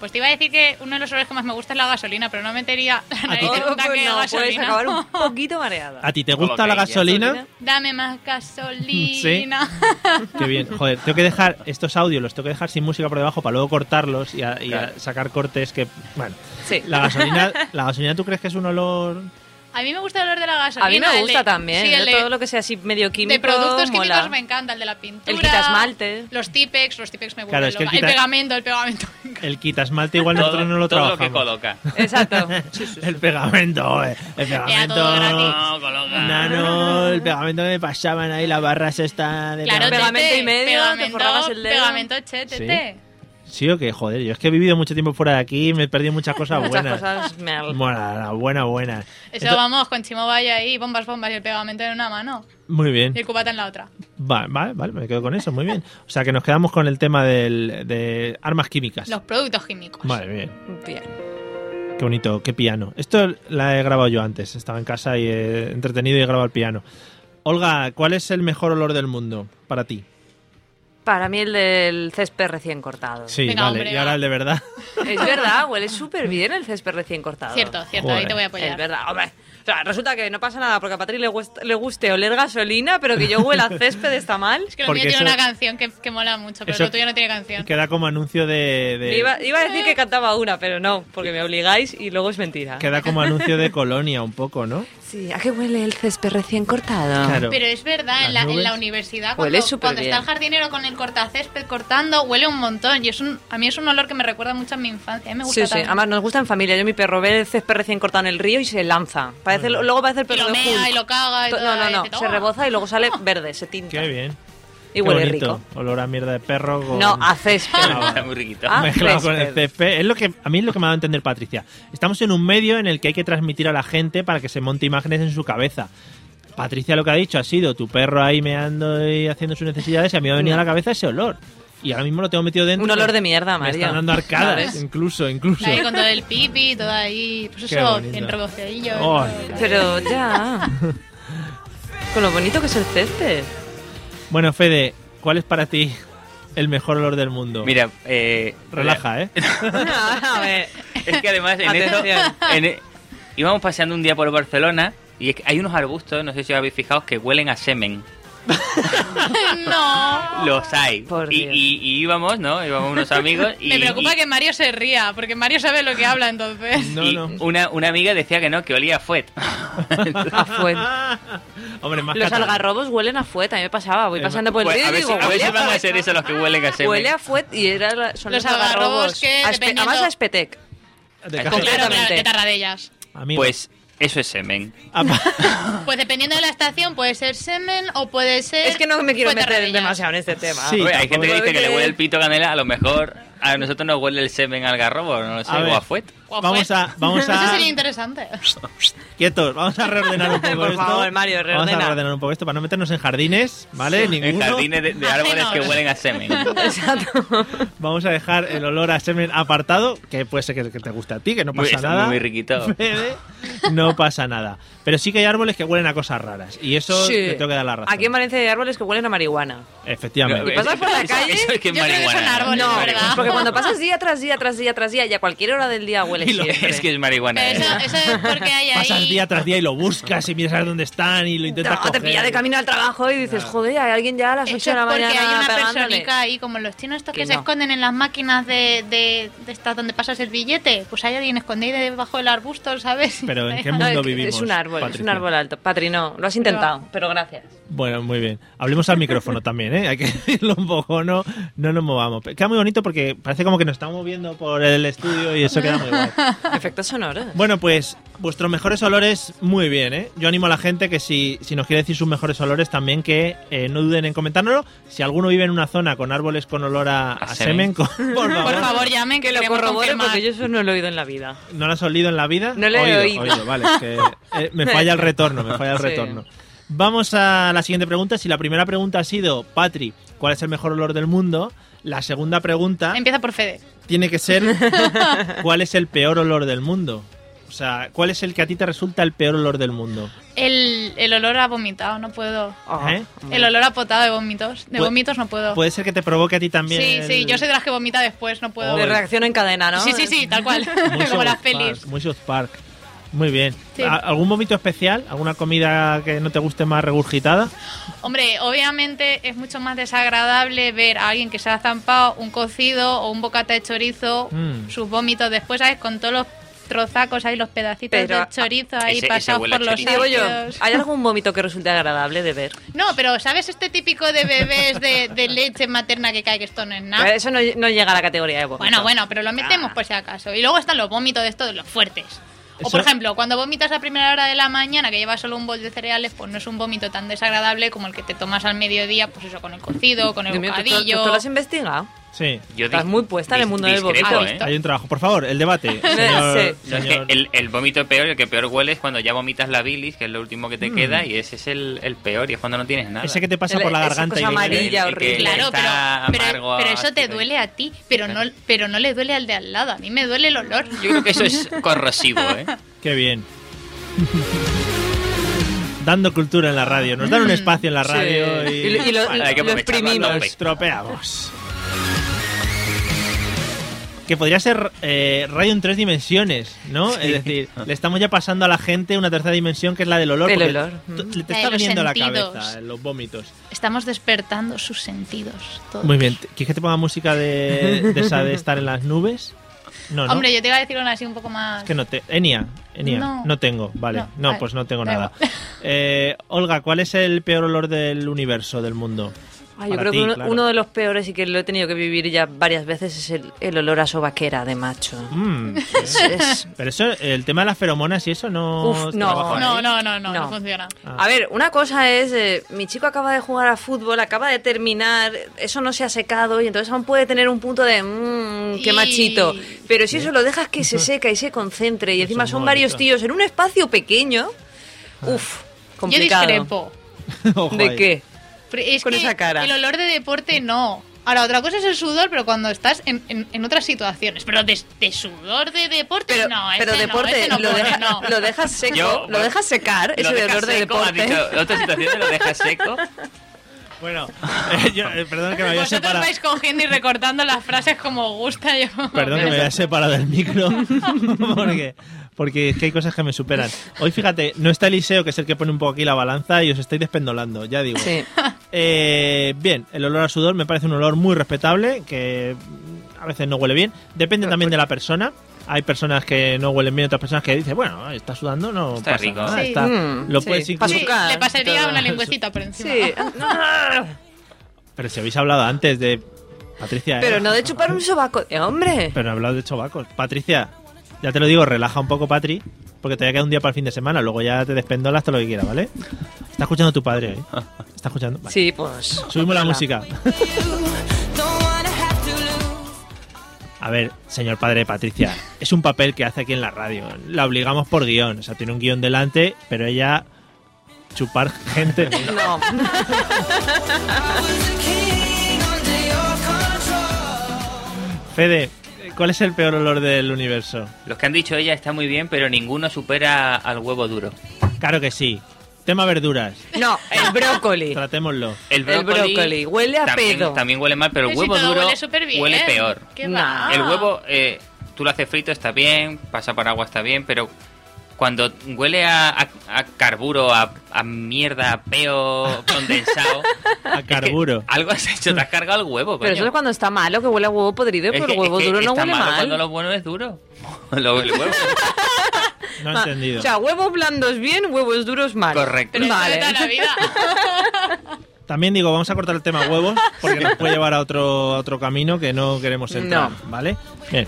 Speaker 2: Pues te iba a decir que uno de los olores que más me gusta es la gasolina, pero no metería la nariz en un
Speaker 3: Oh,
Speaker 2: tanque
Speaker 3: pues
Speaker 2: de
Speaker 3: no, puedes
Speaker 2: gasolina. [LAUGHS]
Speaker 3: acabar un poquito mareada.
Speaker 1: ¿A ti te gusta la
Speaker 4: Ok, ya.
Speaker 1: gasolina?
Speaker 2: Dame más gasolina.
Speaker 1: Qué bien. Joder, tengo que dejar estos audios, los tengo que dejar sin música por debajo para luego cortarlos y, a- y a
Speaker 4: Claro.
Speaker 1: sacar cortes que... Bueno,
Speaker 3: Sí.
Speaker 1: la gasolina, ¿la gasolina tú crees que es un olor...?
Speaker 2: [LAUGHS] A mí me gusta el olor de la gasolina.
Speaker 3: A mí me
Speaker 2: el
Speaker 3: gusta
Speaker 2: de-
Speaker 3: también.
Speaker 2: sí,
Speaker 3: yo
Speaker 2: el de-
Speaker 3: todo lo que sea así medio químico.
Speaker 2: de productos
Speaker 3: mola.
Speaker 2: químicos me encanta, el de la pintura.
Speaker 3: El quitasmalte.
Speaker 2: Los Tipex, los Tipex me gustan.
Speaker 1: Claro, es que el
Speaker 2: el,
Speaker 1: quita-
Speaker 2: pegamento, el pegamento. me encanta.
Speaker 1: El quitasmalte igual nosotros
Speaker 4: Todo,
Speaker 1: no lo
Speaker 4: todo lo que
Speaker 1: trabajamos.
Speaker 4: coloca.
Speaker 2: [LAUGHS]
Speaker 3: Exacto.
Speaker 1: el pegamento, eh. el pegamento.
Speaker 2: todo gratis.
Speaker 4: No, coloca.
Speaker 1: Nano, el pegamento que me pasaban ahí, la barra esta de
Speaker 2: Claro,
Speaker 1: pegamento.
Speaker 3: Pegamento
Speaker 2: tete,
Speaker 3: y medio, te
Speaker 2: pegamento,
Speaker 3: forrabas el dedo.
Speaker 2: Pegamento, che, tete.
Speaker 1: Sí, o qué, joder, yo es que he vivido mucho tiempo fuera de aquí y me he perdido muchas cosas
Speaker 3: Muchas
Speaker 1: buenas.
Speaker 3: cosas me al-
Speaker 1: Buena, buena, buena.
Speaker 2: Eso
Speaker 1: Entonces-
Speaker 2: vamos con Chimo Valle ahí, bombas, bombas y el pegamento en una mano
Speaker 1: Muy
Speaker 2: y
Speaker 1: bien.
Speaker 2: el cubata en la otra.
Speaker 1: Vale, vale, vale, me quedo con eso, muy bien. O sea que nos quedamos con el tema del, de armas químicas.
Speaker 2: Los productos químicos.
Speaker 1: Vale, bien.
Speaker 3: Bien.
Speaker 1: Qué bonito, qué piano. Esto la he grabado yo antes, estaba en casa y he entretenido y he grabado el piano. Olga, ¿cuál es el mejor olor del mundo para ti?
Speaker 3: Para mí el del césped recién cortado.
Speaker 1: Sí,
Speaker 2: Venga,
Speaker 1: vale,
Speaker 2: hombre,
Speaker 1: y ahora
Speaker 2: va.
Speaker 1: el de verdad. [LAUGHS]
Speaker 3: Es verdad, huele súper bien el césped recién cortado.
Speaker 2: Cierto, cierto,
Speaker 1: Joder.
Speaker 2: ahí te voy a
Speaker 3: Es
Speaker 2: apoyar.
Speaker 3: verdad, hombre. O sea, resulta que no pasa nada porque a Patri le, gusta- le guste oler gasolina, pero que yo huela a césped está mal.
Speaker 2: Es que lo
Speaker 1: Porque
Speaker 2: mío tiene
Speaker 1: eso-
Speaker 2: una canción que, que mola mucho, pero
Speaker 1: eso-
Speaker 2: lo tuyo no tiene canción.
Speaker 1: Queda como anuncio de. de-
Speaker 3: Iba, iba a decir que cantaba una, pero no, porque me obligáis y luego es mentira.
Speaker 1: Queda como anuncio de colonia un poco, ¿no?
Speaker 3: Sí, ¿a qué huele el césped recién cortado?
Speaker 1: Claro.
Speaker 2: Pero es verdad, en la,
Speaker 1: Las
Speaker 2: en la
Speaker 1: nubes.
Speaker 2: universidad
Speaker 3: Huele
Speaker 2: cuando,
Speaker 3: súper
Speaker 2: cuando
Speaker 3: bien.
Speaker 2: está el jardinero con el cortacésped cortando, huele un montón. Y es un, a mí es un olor que me recuerda mucho a mi infancia. A mí me gusta
Speaker 3: Sí, sí,
Speaker 2: tanto.
Speaker 3: además nos gusta en familia. Yo mi perro ve el césped recién cortado en el río y se lanza. Parece, Luego parece el
Speaker 2: Y
Speaker 3: perro
Speaker 2: lo
Speaker 3: de
Speaker 2: mea
Speaker 3: Hulk.
Speaker 2: y lo caga y
Speaker 3: To-
Speaker 2: todo,
Speaker 3: No,
Speaker 2: y
Speaker 3: no,
Speaker 2: dice,
Speaker 3: no, se
Speaker 2: "Toma".
Speaker 3: reboza y
Speaker 2: [LAUGHS]
Speaker 3: luego sale verde, se tinta.
Speaker 1: Qué bien.
Speaker 3: Y
Speaker 1: Qué
Speaker 3: huele
Speaker 1: bonito.
Speaker 3: rico.
Speaker 1: Olor a mierda de perro con-
Speaker 3: No, a césped.
Speaker 1: Ah,
Speaker 4: Está muy riquito.
Speaker 3: Ah.
Speaker 1: mezclado con el
Speaker 3: césped.
Speaker 1: césped. Es lo que a mí es lo que me ha dado a entender Patricia. Estamos en un medio en el que hay que transmitir a la gente para que se monte imágenes en su cabeza. Patricia lo que ha dicho ha sido tu perro ahí meando y haciendo sus necesidades y a mí me ha venido a la cabeza ese olor. Y ahora mismo lo tengo metido dentro.
Speaker 3: Un olor de mierda,
Speaker 1: Me
Speaker 3: Mario.
Speaker 1: están dando arcadas,
Speaker 3: ¿Sabes?
Speaker 1: incluso, incluso.
Speaker 2: Ahí con todo el pipi, todo ahí, pues
Speaker 1: Qué
Speaker 2: eso,
Speaker 1: bonito.
Speaker 2: en rebozadillo.
Speaker 1: Oh.
Speaker 3: Pero ya. Con lo bonito que es el césped.
Speaker 1: Bueno, Fede, ¿cuál es para ti el mejor olor del mundo?
Speaker 4: Mira, eh, [LAUGHS]
Speaker 1: Relaja, ¿eh?
Speaker 3: A ver.
Speaker 4: Es que además en esto,
Speaker 3: Atención.
Speaker 4: en- e, íbamos paseando un día por Barcelona y es que hay unos arbustos, no sé si os habéis fijado, que huelen a semen.
Speaker 2: [LAUGHS] no.
Speaker 4: Los hay.
Speaker 3: Por
Speaker 4: y,
Speaker 3: Dios.
Speaker 4: y- y íbamos, ¿no? Íbamos unos amigos
Speaker 3: [LAUGHS]
Speaker 4: y...
Speaker 2: Me preocupa
Speaker 4: y-
Speaker 2: que Mario se ría, porque Mario sabe lo que
Speaker 1: [LAUGHS]
Speaker 2: habla entonces.
Speaker 1: No,
Speaker 4: y
Speaker 1: no.
Speaker 4: Una, una amiga decía que no, que olía a
Speaker 3: [LAUGHS]
Speaker 4: fuet.
Speaker 3: A fuet.
Speaker 1: Hombre, más
Speaker 3: Los
Speaker 1: catalán.
Speaker 3: algarrobos huelen a fuet. A mí me pasaba. Voy
Speaker 1: Eh,
Speaker 3: pasando por el
Speaker 4: Pues,
Speaker 3: río
Speaker 4: a
Speaker 3: y
Speaker 4: ver si,
Speaker 3: digo,
Speaker 4: a ver
Speaker 3: huele
Speaker 4: si
Speaker 3: a
Speaker 4: van a
Speaker 3: fuet.
Speaker 4: ser esos los que huelen a semen.
Speaker 3: Huele a fuet y era la- son los,
Speaker 2: Los algarrobos que,
Speaker 3: A espe-
Speaker 2: dependiendo-
Speaker 3: Además a espetec.
Speaker 1: De
Speaker 4: Claro,
Speaker 1: cajón.
Speaker 2: Claro, claro,
Speaker 3: Completamente.
Speaker 2: de tarradellas.
Speaker 1: Amigo.
Speaker 4: Pues eso es semen. [LAUGHS]
Speaker 1: Apa-
Speaker 2: Pues dependiendo de la estación, puede ser semen o puede ser.
Speaker 3: Es que no me quiero
Speaker 2: pues,
Speaker 3: meter
Speaker 2: tarradellas.
Speaker 3: demasiado en este tema.
Speaker 1: Sí,
Speaker 4: Hombre, hay
Speaker 1: tampoco
Speaker 4: gente que dice que
Speaker 3: porque-
Speaker 4: le huele el pito canela, a lo mejor a nosotros nos huele el semen algarrobo, no lo sé,
Speaker 1: A ver.
Speaker 4: o a fuet.
Speaker 2: Guau,
Speaker 1: Vamos
Speaker 2: pues.
Speaker 1: a.
Speaker 3: [LAUGHS]
Speaker 2: [LAUGHS]
Speaker 1: Vamos
Speaker 2: Eso
Speaker 1: a
Speaker 2: sería interesante.
Speaker 1: quietos, vamos a reordenar
Speaker 3: [LAUGHS]
Speaker 1: un poco
Speaker 3: Por
Speaker 1: esto.
Speaker 3: favor, Mario,
Speaker 1: Vamos
Speaker 3: reordena.
Speaker 1: a reordenar un poco esto para no meternos en jardines, ¿vale?
Speaker 4: En
Speaker 1: Ninguno.
Speaker 4: jardines de, [LAUGHS] de árboles que huelen a [LAUGHS] semen.
Speaker 1: Vamos a dejar el olor a semen apartado, que puede ser que, que te guste a ti, que no
Speaker 4: Muy-
Speaker 1: pasa
Speaker 4: está muy-
Speaker 1: nada.
Speaker 4: muy [LAUGHS] riquito.
Speaker 1: Bebe, no pasa nada. Pero sí que hay árboles que huelen a cosas raras. Y eso
Speaker 3: Sí.
Speaker 1: te tengo que dar la razón.
Speaker 3: Aquí en Valencia hay árboles que huelen a marihuana.
Speaker 1: Efectivamente.
Speaker 3: pasas por la
Speaker 4: Eso-
Speaker 3: calle,
Speaker 4: eso es que es
Speaker 2: yo creo que
Speaker 4: marihuana,
Speaker 2: son árboles,
Speaker 4: Es
Speaker 3: No,
Speaker 4: marihuana.
Speaker 3: porque cuando pasas día tras día, tras día, tras día, y a cualquier hora del día
Speaker 4: [LAUGHS]
Speaker 1: [LAUGHS]
Speaker 3: huele
Speaker 1: Y lo-
Speaker 3: siempre.
Speaker 4: Es que es marihuana.
Speaker 2: Pero
Speaker 4: ¿eh?
Speaker 2: eso, eso es porque hay ahí.
Speaker 1: Pasas día tras día y lo buscas y miras a ver dónde están y lo intentas
Speaker 3: No, te
Speaker 1: coger.
Speaker 3: pilla de camino al trabajo y dices, joder, hay alguien ya a las
Speaker 2: Eso
Speaker 3: 8
Speaker 2: es
Speaker 3: de la
Speaker 2: porque
Speaker 3: mañana
Speaker 2: hay una
Speaker 3: pegándole".
Speaker 2: personita ahí, como los chinos estos que,
Speaker 3: Que
Speaker 2: se
Speaker 3: no.
Speaker 2: esconden en las máquinas de, de, de estas donde pasas el billete. Pues hay alguien escondido debajo del arbusto, ¿sabes?
Speaker 1: [LAUGHS] Pero, ¿en qué
Speaker 3: No, es
Speaker 1: mundo
Speaker 3: que
Speaker 1: vivimos,
Speaker 3: Es un árbol, es un
Speaker 1: Patricia?
Speaker 3: árbol alto. Patri, no, lo has intentado, pero, gracias.
Speaker 1: Bueno, muy bien. Hablemos al micrófono también, ¿eh? Hay que decirlo un poco, no, no nos movamos. Pero Queda muy bonito porque parece como que nos estamos moviendo por el estudio y eso queda muy guay.
Speaker 3: [LAUGHS] Efectos sonoros.
Speaker 1: Bueno, pues vuestros mejores olores, muy bien, ¿eh? Yo animo a la gente que si, si nos quiere decir sus mejores olores también que eh, no duden en comentárnoslo. Si alguno vive en una zona con árboles con olor a, a semen,
Speaker 4: semen.
Speaker 1: [LAUGHS] con- por favor,
Speaker 2: [LAUGHS] Por favor, llamen, que
Speaker 3: Que lo
Speaker 2: queremos
Speaker 3: corrobore
Speaker 2: confirmar.
Speaker 3: porque yo eso no lo he oído en la vida.
Speaker 1: ¿No lo has olido en la vida?
Speaker 3: No lo he oído.
Speaker 1: Vale, que, eh,
Speaker 3: [LAUGHS]
Speaker 1: me falla el retorno, me falla el
Speaker 3: Sí.
Speaker 1: retorno. Vamos a la siguiente pregunta. Si la primera pregunta ha sido, Patri, ¿cuál es el mejor olor del mundo? La segunda pregunta
Speaker 2: Empieza por Fede.
Speaker 1: tiene que
Speaker 2: [LAUGHS]
Speaker 1: ser, ¿cuál es el peor olor del mundo? O sea, ¿cuál es el que a ti te resulta el peor olor del mundo?
Speaker 2: El, el olor a vomitado, no puedo.
Speaker 3: Oh,
Speaker 1: ¿Eh?
Speaker 3: hombre.
Speaker 2: El olor a potado de vómitos. De
Speaker 1: Pu-
Speaker 2: vómitos no puedo.
Speaker 1: Puede ser que te provoque a ti también.
Speaker 2: Sí, sí,
Speaker 1: el-
Speaker 2: yo soy de las que vomita después, no puedo.
Speaker 1: Oh,
Speaker 3: De reacción en cadena, ¿no?
Speaker 2: Sí, sí, sí, tal cual.
Speaker 1: Muy
Speaker 2: [LAUGHS] Como
Speaker 1: South
Speaker 2: las
Speaker 1: Park,
Speaker 2: pelis.
Speaker 1: Muy South Park. Muy bien.
Speaker 2: Sí.
Speaker 1: ¿A- ¿Algún vómito especial? ¿Alguna comida que no te guste más regurgitada?
Speaker 2: Hombre, obviamente es mucho más desagradable ver a alguien que se ha zampado un cocido o un bocata de chorizo,
Speaker 1: Mm.
Speaker 2: sus vómitos después, ¿sabes? Con todos los trozacos ahí, los pedacitos
Speaker 3: Pero,
Speaker 2: de chorizo ahí
Speaker 4: ese- ese
Speaker 2: pasados
Speaker 4: huele a
Speaker 2: por los
Speaker 4: chorizo.
Speaker 3: Digo yo,
Speaker 2: ácidos.
Speaker 3: ¿hay algún vómito que resulte agradable de ver?
Speaker 2: No, pero ¿sabes este típico de bebés de, de leche materna que cae que esto no es
Speaker 3: Pero
Speaker 2: nada?
Speaker 3: Eso no, no llega a la categoría de vómito.
Speaker 2: ¿Ah? Bueno, bueno, pero lo metemos por si acaso. Y luego están los vómitos de estos, los fuertes. O
Speaker 1: Eso-
Speaker 2: por ejemplo, cuando vomitas a primera hora de la mañana, que llevas solo un bol de cereales, pues no es un vómito tan desagradable como el que te tomas al mediodía, pues eso, con el cocido, con el
Speaker 3: Dios mío, ¿tú- tú-
Speaker 2: bocadillo.
Speaker 3: ¿Tú lo has investigado?
Speaker 1: Sí.
Speaker 4: Yo
Speaker 3: Estás
Speaker 4: dis-
Speaker 3: muy puesta en el
Speaker 4: dis-
Speaker 3: mundo del
Speaker 4: discrepo,
Speaker 2: vómito.
Speaker 4: ¿eh?
Speaker 2: Ah,
Speaker 1: Hay un trabajo. Por favor, el
Speaker 3: [LAUGHS]
Speaker 1: debate. Señor,
Speaker 3: Sí.
Speaker 4: No, es
Speaker 1: señor-
Speaker 4: que el, el vómito peor, el que peor huele es cuando ya vomitas la bilis, que es lo último que te queda, y ese es el, el peor, y es cuando no tienes nada.
Speaker 1: Mm. Ese que te pasa
Speaker 3: El-
Speaker 1: por la
Speaker 3: esa
Speaker 1: garganta. y
Speaker 3: cosa
Speaker 1: que-
Speaker 3: amarilla.
Speaker 4: El- el que
Speaker 3: horrible.
Speaker 2: Claro, pero,
Speaker 4: está
Speaker 2: pero-
Speaker 4: amargo
Speaker 2: pero eso te
Speaker 4: ácido.
Speaker 2: duele a ti, pero no,
Speaker 4: Claro.
Speaker 2: pero no le duele al de al lado. A mí me duele el olor.
Speaker 4: Yo creo que eso es corrosivo, ¿eh?
Speaker 1: Qué bien. [LAUGHS] Dando cultura en la radio. Nos dan un espacio en la radio
Speaker 3: Sí.
Speaker 1: y,
Speaker 3: y, lo,
Speaker 4: Bueno, hay que
Speaker 3: lo
Speaker 4: aprovecharlo,
Speaker 3: exprimimos.
Speaker 4: ¿no?
Speaker 1: lo estropeamos. Que podría ser eh, radio en tres dimensiones, ¿no? Es decir, le estamos ya pasando a la gente una tercera dimensión que es la del olor.
Speaker 3: El
Speaker 1: porque
Speaker 3: olor,
Speaker 1: t-
Speaker 3: mm.
Speaker 1: Le te
Speaker 2: La de
Speaker 1: está
Speaker 2: Eh, los
Speaker 1: viniendo a la
Speaker 2: sentidos.
Speaker 1: cabeza, eh, los vómitos.
Speaker 2: Estamos despertando sus sentidos. todos.
Speaker 1: Muy bien. ¿Quieres que te ponga música de, de esa de estar en las nubes? No, no.
Speaker 2: Hombre, yo te iba a decir una así un poco más.
Speaker 1: Es que no te. Enia, Enia, no,
Speaker 2: No.
Speaker 1: tengo, vale.
Speaker 2: No,
Speaker 1: No,
Speaker 2: vale,
Speaker 1: pues no tengo
Speaker 2: da
Speaker 1: nada.
Speaker 2: igual.
Speaker 1: [LAUGHS] Eh, Olga, ¿cuál es el peor olor del universo, del mundo?
Speaker 3: Ay, yo
Speaker 1: Para
Speaker 3: creo
Speaker 1: ti,
Speaker 3: que uno,
Speaker 1: claro.
Speaker 3: uno de los peores y que lo he tenido que vivir ya varias veces es el, el olor a sobaquera de macho. [LAUGHS]
Speaker 1: Mm,
Speaker 3: Es- es-
Speaker 1: pero eso, el tema de las feromonas y eso [LAUGHS] no.
Speaker 3: Uf, no.
Speaker 1: trabaja, ¿eh?
Speaker 2: No, no, no, no, no,
Speaker 3: No.
Speaker 2: funciona.
Speaker 1: Ah.
Speaker 3: A ver, una cosa es, eh, mi chico acaba de jugar a fútbol, acaba de terminar, eso no se ha secado y entonces aún puede tener un punto de, mmm, qué
Speaker 2: Y-
Speaker 3: machito. Pero si eso lo dejas
Speaker 1: [LAUGHS]
Speaker 3: que se seca y se concentre y
Speaker 1: Eso
Speaker 3: encima
Speaker 1: es
Speaker 3: son
Speaker 1: muy
Speaker 3: varios
Speaker 1: bonito. Ah.
Speaker 3: tíos en un espacio pequeño, uf, complicado.
Speaker 2: Yo discrepo.
Speaker 1: Ojo
Speaker 3: ¿De
Speaker 1: ahí.
Speaker 3: qué?
Speaker 2: Pero es
Speaker 3: Con
Speaker 2: que
Speaker 3: esa cara.
Speaker 2: El olor de deporte no. Ahora, otra cosa es el sudor, pero cuando estás en, en- en otras situaciones. Pero de, de sudor de deporte,
Speaker 3: Pero,
Speaker 2: no.
Speaker 3: pero
Speaker 2: ese no,
Speaker 3: deporte,
Speaker 2: ese no
Speaker 3: lo,
Speaker 2: corre,
Speaker 3: [LAUGHS] deja-
Speaker 2: no.
Speaker 3: lo dejas seco,
Speaker 4: Yo-
Speaker 3: lo dejas secar,
Speaker 4: Lo
Speaker 3: ese de
Speaker 4: dejas
Speaker 3: olor de
Speaker 4: seco, ha
Speaker 3: deporte.
Speaker 4: dicho, otra situación te lo dejas seco.
Speaker 1: Bueno, [LAUGHS] eh, yo- eh, perdón que me había
Speaker 2: Vosotros
Speaker 1: separado.
Speaker 2: vais cogiendo y recortando las frases como os gusta. Yo.
Speaker 1: [LAUGHS] Perdón que me había separado del micro. [LAUGHS] porque, porque es que hay cosas que me superan. Hoy, fíjate, no está Eliseo, que es el que pone un poco aquí la balanza, y os estáis despendolando, ya digo.
Speaker 3: Sí.
Speaker 1: Eh, bien, el olor a sudor me parece un olor muy respetable, que a veces no huele bien. Depende también de la persona. Hay personas que no huelen bien, otras personas que dicen, bueno, está sudando, no
Speaker 4: Está
Speaker 1: pasa
Speaker 4: rico.
Speaker 1: nada,
Speaker 2: Sí.
Speaker 1: está-
Speaker 3: Mm,
Speaker 1: lo
Speaker 3: sí.
Speaker 1: puedes
Speaker 3: Pa'
Speaker 1: incluso-
Speaker 3: su
Speaker 2: Sí,
Speaker 3: cara.
Speaker 2: le pasaría
Speaker 1: Todo.
Speaker 2: una lengüecita por encima.
Speaker 3: Sí.
Speaker 1: Pero si habéis hablado antes de Patricia. ¿eh?
Speaker 3: Pero no de chupar un sobaco. Eh, hombre.
Speaker 1: Pero no he hablado de chobacos. Patricia, ya te lo digo, relaja un poco, Patri, porque te voy a quedar un día para el fin de semana. Luego ya te despendolas hasta lo que quieras, ¿vale? Está escuchando tu
Speaker 4: [LAUGHS]
Speaker 1: padre, ¿eh? Está escuchando. Vale.
Speaker 3: Sí, pues.
Speaker 1: Subimos la
Speaker 3: Hola.
Speaker 1: música. A ver, señor padre de Patricia, es un papel que hace aquí en la radio. La obligamos por guión. O sea, tiene un guión delante, pero ella chupar
Speaker 4: [LAUGHS]
Speaker 1: gente.
Speaker 3: No.
Speaker 1: Fede, ¿cuál es el peor olor del universo?
Speaker 4: Los que han dicho ella está muy bien, pero ninguno supera al huevo duro.
Speaker 1: Claro que sí. Tema verduras.
Speaker 3: No, el brócoli.
Speaker 1: Tratémoslo.
Speaker 4: El brócoli,
Speaker 3: brócoli, huele a
Speaker 4: también,
Speaker 3: pedo.
Speaker 4: También huele mal, pero el
Speaker 2: Pero si
Speaker 4: huevo
Speaker 2: todo
Speaker 4: duro
Speaker 2: huele superbién.
Speaker 4: peor.
Speaker 2: ¿Qué
Speaker 3: Nah.
Speaker 2: va?
Speaker 4: El huevo, eh, tú lo haces frito, está bien, pasa por agua, está bien, pero cuando huele a, a- a carburo, a, a mierda, a
Speaker 3: [LAUGHS]
Speaker 4: peo condensado. [LAUGHS]
Speaker 1: A
Speaker 4: es que
Speaker 1: carburo.
Speaker 4: algo has hecho, te has cargado el huevo,
Speaker 3: Pero
Speaker 4: coño.
Speaker 3: eso es cuando está malo, que huele a huevo podrido,
Speaker 4: Es
Speaker 3: pero el
Speaker 4: que-
Speaker 3: huevo
Speaker 4: es que
Speaker 3: duro no
Speaker 4: está
Speaker 3: huele
Speaker 4: malo
Speaker 3: mal.
Speaker 4: Cuando lo bueno es duro. [LAUGHS] Lo- el huevo.
Speaker 1: No he
Speaker 3: Ah,
Speaker 1: entendido.
Speaker 3: O sea, huevos blandos bien, huevos duros mal.
Speaker 4: Correcto.
Speaker 2: Pero esto de
Speaker 3: Vale.
Speaker 2: toda la
Speaker 3: [LAUGHS]
Speaker 2: vida.
Speaker 1: También digo, vamos a cortar el tema huevos porque nos puede llevar a otro, a otro camino que no queremos entrar,
Speaker 3: No.
Speaker 1: ¿vale? Bien,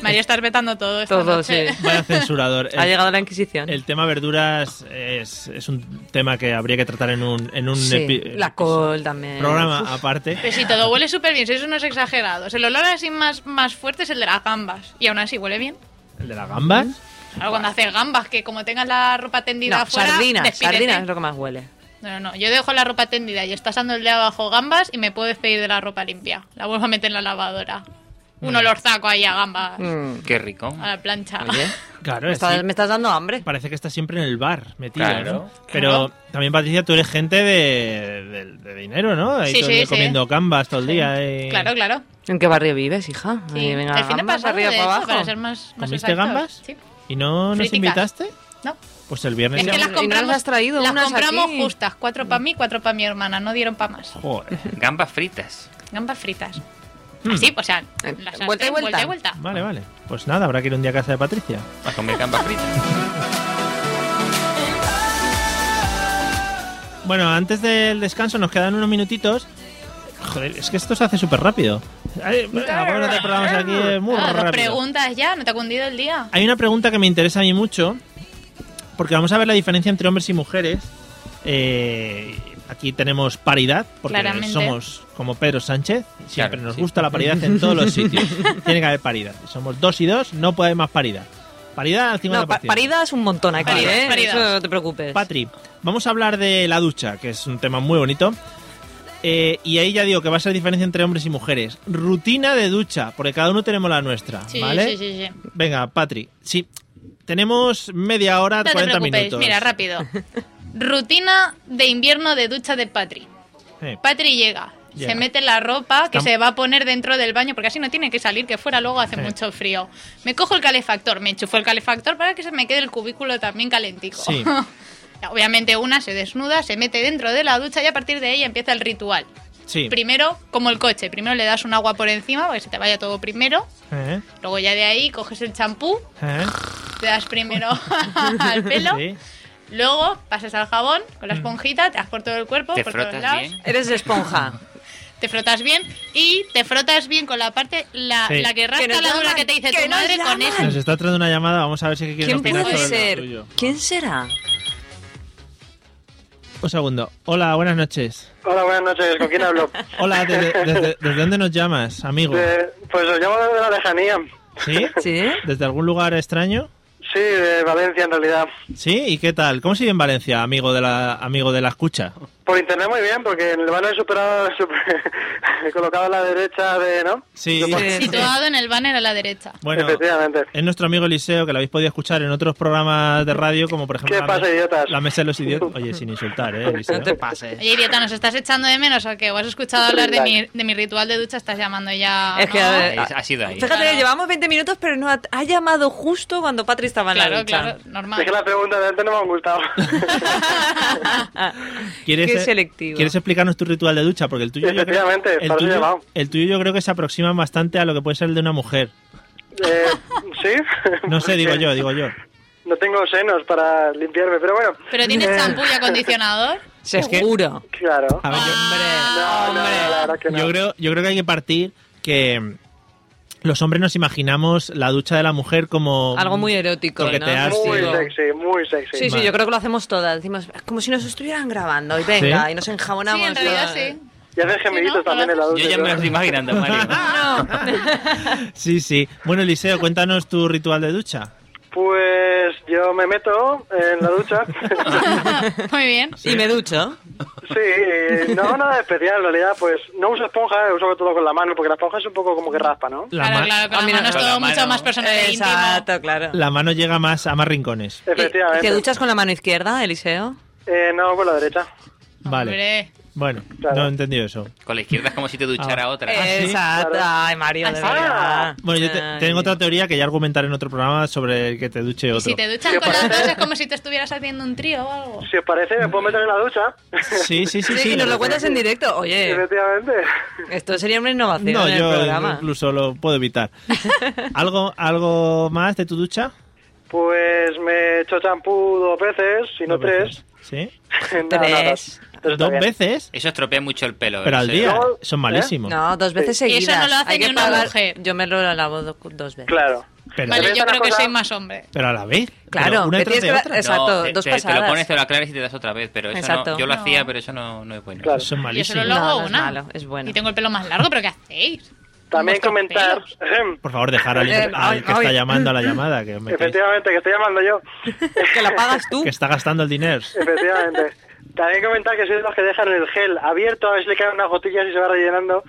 Speaker 2: María, estás vetando todo esto.
Speaker 3: Todo, sí.
Speaker 1: vaya censurador.
Speaker 3: Ha
Speaker 1: El-
Speaker 3: llegado la Inquisición.
Speaker 1: El tema verduras es, es un tema que habría que tratar en un, en un
Speaker 3: Sí,
Speaker 1: epi-
Speaker 3: la col también.
Speaker 1: programa
Speaker 3: Uf.
Speaker 1: aparte.
Speaker 2: Pero si todo huele súper bien, sois unos exagerados. El olor así más, más fuerte es el de las gambas. Y aún así huele bien.
Speaker 1: ¿El de las gambas?
Speaker 2: Ahora cuando haces gambas, que como tengas la ropa tendida
Speaker 3: No,
Speaker 2: afuera,
Speaker 3: sardinas.
Speaker 2: despídete.
Speaker 3: Sardinas es lo que más huele.
Speaker 2: No, no, no. Yo dejo la ropa tendida y estás dando el de abajo gambas y me puedo despedir de la ropa limpia. La vuelvo a meter en la lavadora. Un olorzaco ahí a gambas.
Speaker 3: Mm.
Speaker 4: Qué rico.
Speaker 2: A la plancha.
Speaker 3: Oye,
Speaker 1: Claro,
Speaker 3: me
Speaker 1: es
Speaker 3: estás, me estás dando hambre.
Speaker 1: parece que está siempre en el bar metida,
Speaker 4: Claro.
Speaker 1: ¿no? Pero también, Patricia, tú eres gente de, de- de dinero, ¿no? Ahí
Speaker 2: Sí,
Speaker 1: todo el
Speaker 2: sí,
Speaker 1: día
Speaker 2: sí.
Speaker 1: comiendo gambas todo el día. ¿eh? y-
Speaker 2: [LAUGHS] Claro, claro.
Speaker 3: ¿En qué barrio vives, hija?
Speaker 2: Sí.
Speaker 3: Ahí, venga,
Speaker 2: el fin de
Speaker 3: gambas,
Speaker 2: pasado,
Speaker 3: arriba
Speaker 2: de
Speaker 3: para
Speaker 2: hecho,
Speaker 3: abajo.
Speaker 2: para ser más, más
Speaker 1: ¿Comiste
Speaker 2: exactos.
Speaker 1: gambas?
Speaker 2: Sí.
Speaker 1: ¿Y no nos
Speaker 2: Friticas.
Speaker 1: invitaste?
Speaker 2: No.
Speaker 1: Pues el viernes
Speaker 2: Es
Speaker 1: ya...
Speaker 2: que las
Speaker 3: y no
Speaker 2: compramos,
Speaker 3: las has traído
Speaker 2: las
Speaker 3: unas
Speaker 2: compramos
Speaker 3: aquí.
Speaker 2: justas, cuatro para mí, cuatro para mi hermana, no dieron para más.
Speaker 1: Joder.
Speaker 4: Gambas fritas.
Speaker 2: Gambas fritas.
Speaker 1: Mm.
Speaker 2: Así, o sea,
Speaker 3: Eh,
Speaker 2: la sartén,
Speaker 3: vuelta y vuelta.
Speaker 2: vuelta y vuelta.
Speaker 1: Vale, vale. Pues nada, habrá que ir un día a casa de Patricia.
Speaker 4: A comer gambas fritas.
Speaker 1: Bueno, antes del descanso nos quedan unos minutitos. Joder, es que esto se hace súper rápido. Ay, ah, La hora de programas aquí es muy
Speaker 2: Ah, dos
Speaker 1: rápido.
Speaker 2: preguntas ya, ¿no te ha cundido el día?
Speaker 1: Hay una pregunta que me interesa a mí mucho, porque vamos a ver la diferencia entre hombres y mujeres. Eh, aquí tenemos paridad, porque
Speaker 2: Claramente.
Speaker 1: somos como Pedro Sánchez, siempre
Speaker 4: Claro,
Speaker 1: nos
Speaker 4: sí.
Speaker 1: gusta la paridad en todos los
Speaker 4: [LAUGHS]
Speaker 1: sitios. Tiene que haber paridad. Somos dos y dos, no puede haber más paridad. Paridad al 50%.
Speaker 3: No, pa- paridas un montón aquí,
Speaker 2: Paridas,
Speaker 3: ¿eh?
Speaker 2: paridas.
Speaker 3: Eso no te preocupes.
Speaker 1: Patri, vamos a hablar de la ducha, que es un tema muy bonito. Eh, y ahí ya digo que va a ser diferencia entre hombres y mujeres. Rutina de ducha, porque cada uno tenemos la nuestra,
Speaker 2: Sí,
Speaker 1: ¿vale?
Speaker 2: sí, sí, sí.
Speaker 1: Venga, Patri, sí. Tenemos media hora,
Speaker 2: No te
Speaker 1: 40
Speaker 2: preocupes,
Speaker 1: minutos.
Speaker 2: mira, rápido. Rutina de invierno de ducha de Patri.
Speaker 1: Eh,
Speaker 2: Patri llega,
Speaker 1: Llega.
Speaker 2: se mete la ropa que
Speaker 1: Estamos-
Speaker 2: se va a poner dentro del baño, porque así no tiene que salir, que fuera luego hace
Speaker 1: Sí.
Speaker 2: mucho frío. Me cojo el calefactor, me enchufo el calefactor para que se me quede el cubículo también calentico.
Speaker 1: Sí.
Speaker 2: [LAUGHS] Obviamente una se desnuda, se mete dentro de la ducha y a partir de ahí empieza el ritual. [LAUGHS]
Speaker 1: sí.
Speaker 2: Primero, como el coche, primero le das un agua por encima para que se te vaya todo primero,
Speaker 1: Eh,
Speaker 2: luego ya de ahí coges el champú,
Speaker 1: eh,
Speaker 2: te das primero [LAUGHS] al pelo,
Speaker 1: sí.
Speaker 2: luego pasas al jabón con
Speaker 1: Mm.
Speaker 2: la esponjita, te das por todo el cuerpo,
Speaker 4: Te
Speaker 2: por todos
Speaker 4: frotas
Speaker 2: lados
Speaker 4: bien.
Speaker 3: Eres
Speaker 1: [LAUGHS]
Speaker 3: esponja.
Speaker 2: te frotas bien y te frotas bien con la parte la,
Speaker 1: Sí.
Speaker 2: la que rasca
Speaker 3: Que nos
Speaker 2: la dura
Speaker 3: llaman,
Speaker 2: que te dice
Speaker 3: que
Speaker 2: tu
Speaker 3: nos
Speaker 2: madre con
Speaker 3: llaman.
Speaker 2: esa.
Speaker 1: Nos está entrando una llamada, vamos a ver si quiere
Speaker 3: ¿Quién
Speaker 1: opinar
Speaker 3: puede
Speaker 1: sobre lo
Speaker 3: ser?
Speaker 1: tuyo.
Speaker 3: ¿Quién será?
Speaker 1: Un segundo. Hola, buenas noches.
Speaker 9: Hola, buenas noches. ¿Con
Speaker 5: [LAUGHS]
Speaker 9: quién hablo?
Speaker 1: Hola, ¿desde, desde- desde dónde nos llamas, amigo?
Speaker 9: De- pues os llamo desde la lejanía.
Speaker 1: ¿Sí?
Speaker 3: ¿Sí?
Speaker 1: ¿Desde algún lugar extraño?
Speaker 9: Sí, de Valencia en realidad.
Speaker 1: ¿Sí? ¿Y qué tal? ¿Cómo se vive en Valencia, amigo de la, amigo de la escucha?
Speaker 9: Por internet muy bien, porque en el banner he superado, [LAUGHS] super- he colocado a la derecha de, ¿no?
Speaker 1: Sí.
Speaker 3: Sí.
Speaker 2: [LAUGHS] Situado en el banner a la derecha.
Speaker 1: Bueno,
Speaker 9: Efectivamente.
Speaker 1: es nuestro amigo Eliseo, que lo habéis podido escuchar en otros programas de radio, como por ejemplo...
Speaker 9: ¿Qué
Speaker 1: la
Speaker 9: pasa,
Speaker 1: me-
Speaker 9: idiotas?
Speaker 1: La mesa de
Speaker 9: [LAUGHS]
Speaker 1: los idiotas. Oye, sin insultar, ¿eh, Eliseo?
Speaker 3: No te pases.
Speaker 2: Oye, idiota, ¿nos estás echando de menos o qué? ¿O has escuchado hablar de mi, de mi ritual de ducha? Estás llamando ya.
Speaker 3: Es que,
Speaker 2: ¿no?
Speaker 3: a
Speaker 4: Ahí,
Speaker 3: ver,
Speaker 4: Eh, ha sido ahí.
Speaker 3: Fíjate que
Speaker 2: Claro.
Speaker 3: llevamos 20 minutos, pero no ha, ha llamado justo cuando Patri estaba en la
Speaker 2: Claro,
Speaker 3: ducha. [LAUGHS]
Speaker 2: claro, normal.
Speaker 9: Es que las preguntas de antes no me han
Speaker 2: [LAUGHS]
Speaker 9: gustado.
Speaker 1: ¿Quieres, eh,
Speaker 3: Qué selectivo.
Speaker 1: ¿Quieres explicarnos tu ritual de ducha? Porque el tuyo, yo creo,
Speaker 9: Efectivamente,
Speaker 1: el,
Speaker 9: para eso he
Speaker 1: tuyo,
Speaker 9: llamado.
Speaker 1: el tuyo yo creo que se aproxima bastante a lo que puede ser el de una mujer.
Speaker 9: Eh, ¿Sí?
Speaker 1: No sé, digo
Speaker 9: Porque
Speaker 1: yo, digo yo.
Speaker 9: No tengo senos para limpiarme, pero bueno.
Speaker 2: ¿Pero tienes
Speaker 9: Eh,
Speaker 2: champú y
Speaker 3: [LAUGHS]
Speaker 2: acondicionador?
Speaker 3: Seguro.
Speaker 9: Claro.
Speaker 1: A ver, yo-
Speaker 9: No, no, la verdad que no.
Speaker 1: yo, creo, yo creo que hay que partir que mm, los hombres nos imaginamos la ducha de la mujer como...
Speaker 3: Algo muy erótico, ¿no?
Speaker 1: Coquetear, sí.
Speaker 9: Muy
Speaker 1: Digo-
Speaker 9: sexy, muy sexy.
Speaker 3: Sí, sí, yo creo que lo hacemos todas. Decimos, como si nos estuvieran grabando y venga,
Speaker 1: ¿Sí?
Speaker 3: y nos
Speaker 2: Sí,
Speaker 3: enjabonamos.
Speaker 2: en realidad
Speaker 3: [LAUGHS] todas.
Speaker 2: sí. [LAUGHS]
Speaker 9: Y hace gemiditos también en la ducha.
Speaker 4: Yo ya me lo estoy imaginando,
Speaker 3: [LAUGHS]
Speaker 4: Mario.
Speaker 1: Sí, sí. Bueno, Eliseo, cuéntanos tu ritual de ducha.
Speaker 9: Pues yo me meto en la ducha.
Speaker 2: Muy bien.
Speaker 3: Y me ducho.
Speaker 9: sí, no, nada de especial en realidad. Pues no uso esponja, uso todo con la mano, porque la esponja es un poco como que raspa, ¿no?
Speaker 1: La,
Speaker 2: claro,
Speaker 1: ma-
Speaker 2: claro, con
Speaker 3: Ah,
Speaker 2: la
Speaker 3: mira,
Speaker 2: mano es
Speaker 4: con la
Speaker 2: todo mucho
Speaker 4: mano.
Speaker 2: más personal e íntimo.
Speaker 3: Exacto, claro.
Speaker 1: la mano llega más a más rincones.
Speaker 3: ¿Y-
Speaker 9: Efectivamente.
Speaker 3: ¿Te duchas con la mano izquierda, Eliseo?
Speaker 9: Eh, no, con la derecha.
Speaker 1: Vale.
Speaker 2: Hombre.
Speaker 1: Bueno,
Speaker 9: Claro.
Speaker 1: no he entendido eso.
Speaker 4: Con la izquierda es como si te duchara
Speaker 1: Ah.
Speaker 4: otra.
Speaker 3: Ah, Exacto.
Speaker 9: Claro.
Speaker 3: Ay, Mario, de
Speaker 9: Ah, sí.
Speaker 3: verdad.
Speaker 1: Bueno, yo te-
Speaker 3: Ay.
Speaker 1: tengo otra teoría que ya argumentaré en otro programa sobre el que te duche
Speaker 2: Y
Speaker 1: otro.
Speaker 2: si te duchas
Speaker 9: Sí,
Speaker 2: con las
Speaker 9: parece.
Speaker 2: dos es como si te estuvieras haciendo un trío o algo.
Speaker 9: Si os parece, me puedo meter en la ducha.
Speaker 1: Sí, sí, sí.
Speaker 3: Sí,
Speaker 1: sí.
Speaker 3: y nos lo cuentas en directo.
Speaker 9: [LAUGHS]
Speaker 3: Oye,
Speaker 9: Efectivamente.
Speaker 3: esto sería una innovación
Speaker 1: No,
Speaker 3: en el
Speaker 1: yo
Speaker 3: programa.
Speaker 1: incluso lo puedo evitar. ¿Algo, ¿Algo más de tu ducha?
Speaker 9: Pues me echo champú dos veces, si no
Speaker 1: Dos
Speaker 9: tres.
Speaker 1: veces.
Speaker 9: [LAUGHS]
Speaker 1: ¿Sí?
Speaker 9: No, no, no.
Speaker 3: Tres.
Speaker 9: Eso está
Speaker 1: ¿Dos
Speaker 9: bien.
Speaker 1: veces?
Speaker 4: Eso estropea mucho el pelo.
Speaker 1: Pero
Speaker 4: ¿eh?
Speaker 1: al
Speaker 4: Sí.
Speaker 1: día.
Speaker 9: No,
Speaker 1: Son
Speaker 9: ¿eh?
Speaker 1: malísimos.
Speaker 3: No, dos veces
Speaker 9: Sí.
Speaker 3: seguidas.
Speaker 2: Eso no lo hace
Speaker 3: Hay
Speaker 2: ni
Speaker 3: que
Speaker 2: una
Speaker 3: pagar-
Speaker 2: mujer.
Speaker 3: Yo me lo lavo do- dos veces.
Speaker 9: Claro.
Speaker 1: Pero,
Speaker 2: Vale,
Speaker 9: Pero
Speaker 2: yo
Speaker 9: esta
Speaker 2: creo que
Speaker 9: cosa-
Speaker 2: soy más hombre.
Speaker 1: pero a la vez.
Speaker 3: Claro,
Speaker 1: Pero una
Speaker 3: te
Speaker 1: tras
Speaker 3: tienes
Speaker 1: de
Speaker 3: que dar-
Speaker 1: otra.
Speaker 4: No,
Speaker 3: Exacto,
Speaker 4: te-
Speaker 3: dos
Speaker 4: te- Te lo
Speaker 3: pasadas.
Speaker 4: pones, te lo aclaras y te das otra vez, pero eso
Speaker 3: Exacto.
Speaker 4: no, yo lo
Speaker 2: No.
Speaker 4: hacía, pero eso no, no es bueno.
Speaker 9: Claro.
Speaker 1: Son
Speaker 2: Yo solo
Speaker 1: malísimos.
Speaker 2: lo
Speaker 3: No,
Speaker 2: hago
Speaker 3: no es
Speaker 2: una.
Speaker 3: malo, es bueno.
Speaker 2: Y tengo el pelo más largo, pero ¿qué hacéis?
Speaker 9: También
Speaker 2: Vuestros
Speaker 9: comentar,
Speaker 2: pelos.
Speaker 1: Por favor, dejar al,
Speaker 3: Eh,
Speaker 1: al que
Speaker 3: ay,
Speaker 1: está
Speaker 3: ay.
Speaker 1: llamando a la llamada, que, me-
Speaker 9: [LAUGHS] efectivamente, que estoy llamando yo.
Speaker 3: [LAUGHS] que la pagas tú.
Speaker 1: que está gastando el dinero. [LAUGHS]
Speaker 9: Efectivamente. También comentar que soy de los que dejan el gel abierto a ver si le caen unas gotillas y se va
Speaker 1: [LAUGHS]
Speaker 9: rellenando.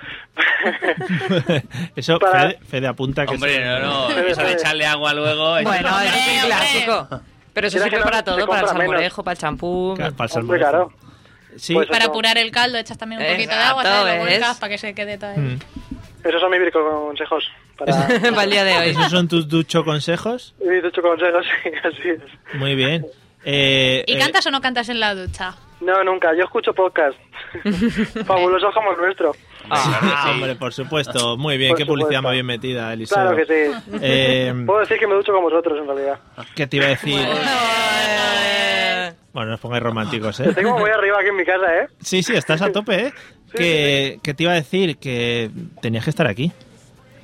Speaker 1: Eso,
Speaker 9: Para-
Speaker 1: Fede, Fede apunta que...
Speaker 4: Hombre,
Speaker 1: es-
Speaker 4: no, no, eso de echarle agua luego. eso
Speaker 3: [LAUGHS] Bueno, eh,
Speaker 4: no. [LAUGHS]
Speaker 2: Hombre,
Speaker 3: es un
Speaker 2: hombre.
Speaker 1: Ah.
Speaker 3: clásico. Pero eso
Speaker 9: Mira que
Speaker 3: sirve
Speaker 9: no
Speaker 3: para
Speaker 9: se
Speaker 3: todo, para el
Speaker 9: compra menos.
Speaker 3: salmorejo, para el champú.
Speaker 1: Claro, para el
Speaker 9: Hombre,
Speaker 1: salmorejo.
Speaker 9: claro.
Speaker 1: Sí,
Speaker 9: Pues-
Speaker 2: Para
Speaker 9: Eso.
Speaker 2: apurar el caldo echas también un poquito de agua,
Speaker 3: Exacto,
Speaker 2: ¿sabes? Lo
Speaker 3: ¿ves?
Speaker 2: volcas para que se quede todo ahí.
Speaker 1: Mm.
Speaker 9: Esos son mis consejos.
Speaker 1: [LAUGHS]
Speaker 9: Para...
Speaker 3: para [LAUGHS] el día de hoy.
Speaker 1: ¿Esos son tus ducho consejos?
Speaker 9: mis ocho consejos, sí, así es.
Speaker 1: Muy bien. Eh,
Speaker 2: ¿Y
Speaker 1: eh,
Speaker 2: cantas o no cantas en la ducha?
Speaker 9: No, nunca. Yo escucho podcast.
Speaker 1: [LAUGHS]
Speaker 9: Fabulosos como el nuestro.
Speaker 4: Claro que
Speaker 1: ah,
Speaker 4: sí. [LAUGHS]
Speaker 1: hombre, por supuesto. Muy bien,
Speaker 9: Por
Speaker 1: qué publicidad
Speaker 9: supuesto.
Speaker 1: más bien metida, Eliseo.
Speaker 9: Claro que sí. [LAUGHS]
Speaker 1: Eh,
Speaker 9: Puedo decir que me ducho con vosotros, en realidad.
Speaker 1: ¿Qué te iba a decir?
Speaker 3: Eh,
Speaker 1: Bueno, no os pongáis románticos, ¿eh?
Speaker 9: Estoy como muy arriba aquí en mi casa, ¿eh?
Speaker 1: Sí, sí, estás a tope, ¿eh? Que, que te iba a decir que tenías que estar aquí.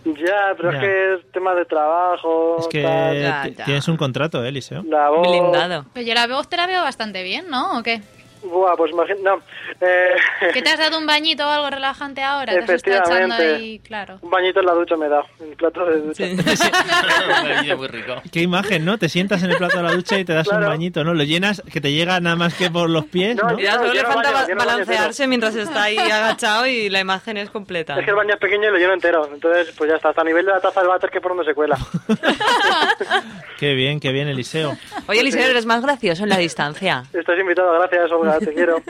Speaker 9: Ya, pero
Speaker 1: Ya.
Speaker 9: es que es tema de trabajo,
Speaker 1: Es que
Speaker 9: tal,
Speaker 3: Ya,
Speaker 1: t-
Speaker 3: ya.
Speaker 1: tienes un contrato, ¿eh, Eliseo?
Speaker 9: la voz...
Speaker 1: Oh.
Speaker 3: Blindado.
Speaker 2: Pero Pues yo la voz te la veo bastante bien, ¿no? ¿O qué?
Speaker 9: Buah, pues imagínate... No. Eh,
Speaker 2: ¿Que te has dado un bañito o algo relajante ahora? Te has estado echando
Speaker 9: Efectivamente.
Speaker 2: ahí, claro.
Speaker 9: Un bañito en la ducha me da. En el plato de
Speaker 1: [LAUGHS]
Speaker 9: ducha.
Speaker 3: Sí.
Speaker 4: Mira, muy rico.
Speaker 1: Qué imagen, ¿no? Te sientas en el plato de la ducha y te das un
Speaker 9: Claro.
Speaker 1: bañito, ¿no? Lo llenas, que te llega nada más que por los pies,
Speaker 9: No,
Speaker 1: ¿no?
Speaker 9: yo-
Speaker 3: Ya solo le
Speaker 9: quiero
Speaker 3: falta
Speaker 9: baño,
Speaker 3: ba-
Speaker 9: quiero baño,
Speaker 3: balancearse mientras está ahí agachado y la imagen es completa.
Speaker 9: [LAUGHS] Es que el baño es pequeño y lo lleno entero. Entonces, pues ya está. Hasta a nivel de la taza del váter que por donde se
Speaker 1: [LAUGHS]
Speaker 9: cuela.
Speaker 1: Qué bien, qué bien, Eliseo.
Speaker 3: Oye, Eliseo, eres más gracioso en la distancia.
Speaker 9: Estás invitado. Gracias, Olga. Te
Speaker 1: [LAUGHS]
Speaker 9: quiero.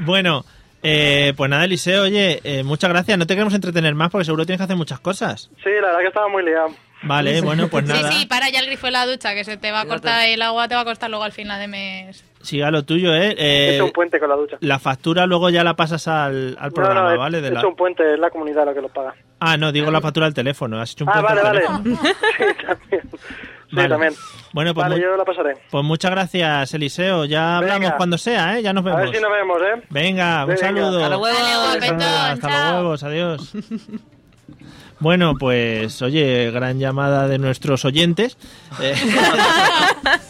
Speaker 1: Bueno, eh, pues nada, Eliseo, oye, eh, muchas gracias. No te queremos entretener más porque seguro tienes que hacer muchas cosas.
Speaker 9: Sí, la verdad que estaba muy liado.
Speaker 1: Vale, bueno, pues nada.
Speaker 2: Sí, sí, para ya el grifo de la ducha, que se te va a cortar el agua, te va a costar luego al final de mes.
Speaker 1: Siga lo tuyo, ¿eh?
Speaker 9: He
Speaker 1: Eh,
Speaker 9: hecho un puente con la ducha.
Speaker 1: la factura luego ya la pasas al, al programa,
Speaker 9: no, no, he-
Speaker 1: ¿vale?
Speaker 9: he
Speaker 1: De la-
Speaker 9: hecho un puente. Es la comunidad la que lo paga.
Speaker 1: Ah, no, digo la factura al teléfono. Has hecho un
Speaker 9: Ah,
Speaker 1: puente
Speaker 9: vale,
Speaker 1: al
Speaker 9: vale.
Speaker 1: teléfono.
Speaker 9: [LAUGHS] Sí, también. Sí,
Speaker 1: Vale.
Speaker 9: también.
Speaker 1: Bueno, pues,
Speaker 9: vale,
Speaker 1: mu-
Speaker 9: yo la pasaré.
Speaker 1: pues muchas gracias, Eliseo. Ya hablamos
Speaker 9: Venga.
Speaker 1: cuando sea, ¿eh? Ya nos
Speaker 9: A
Speaker 1: vemos.
Speaker 9: ver si nos vemos, ¿eh?
Speaker 1: Venga, un
Speaker 9: Venga.
Speaker 1: saludo.
Speaker 3: A los huevos.
Speaker 2: Vale, guapetón,
Speaker 1: Hasta los
Speaker 2: chao.
Speaker 1: huevos, adiós. Bueno, pues oye, gran llamada de nuestros oyentes.
Speaker 2: [LAUGHS]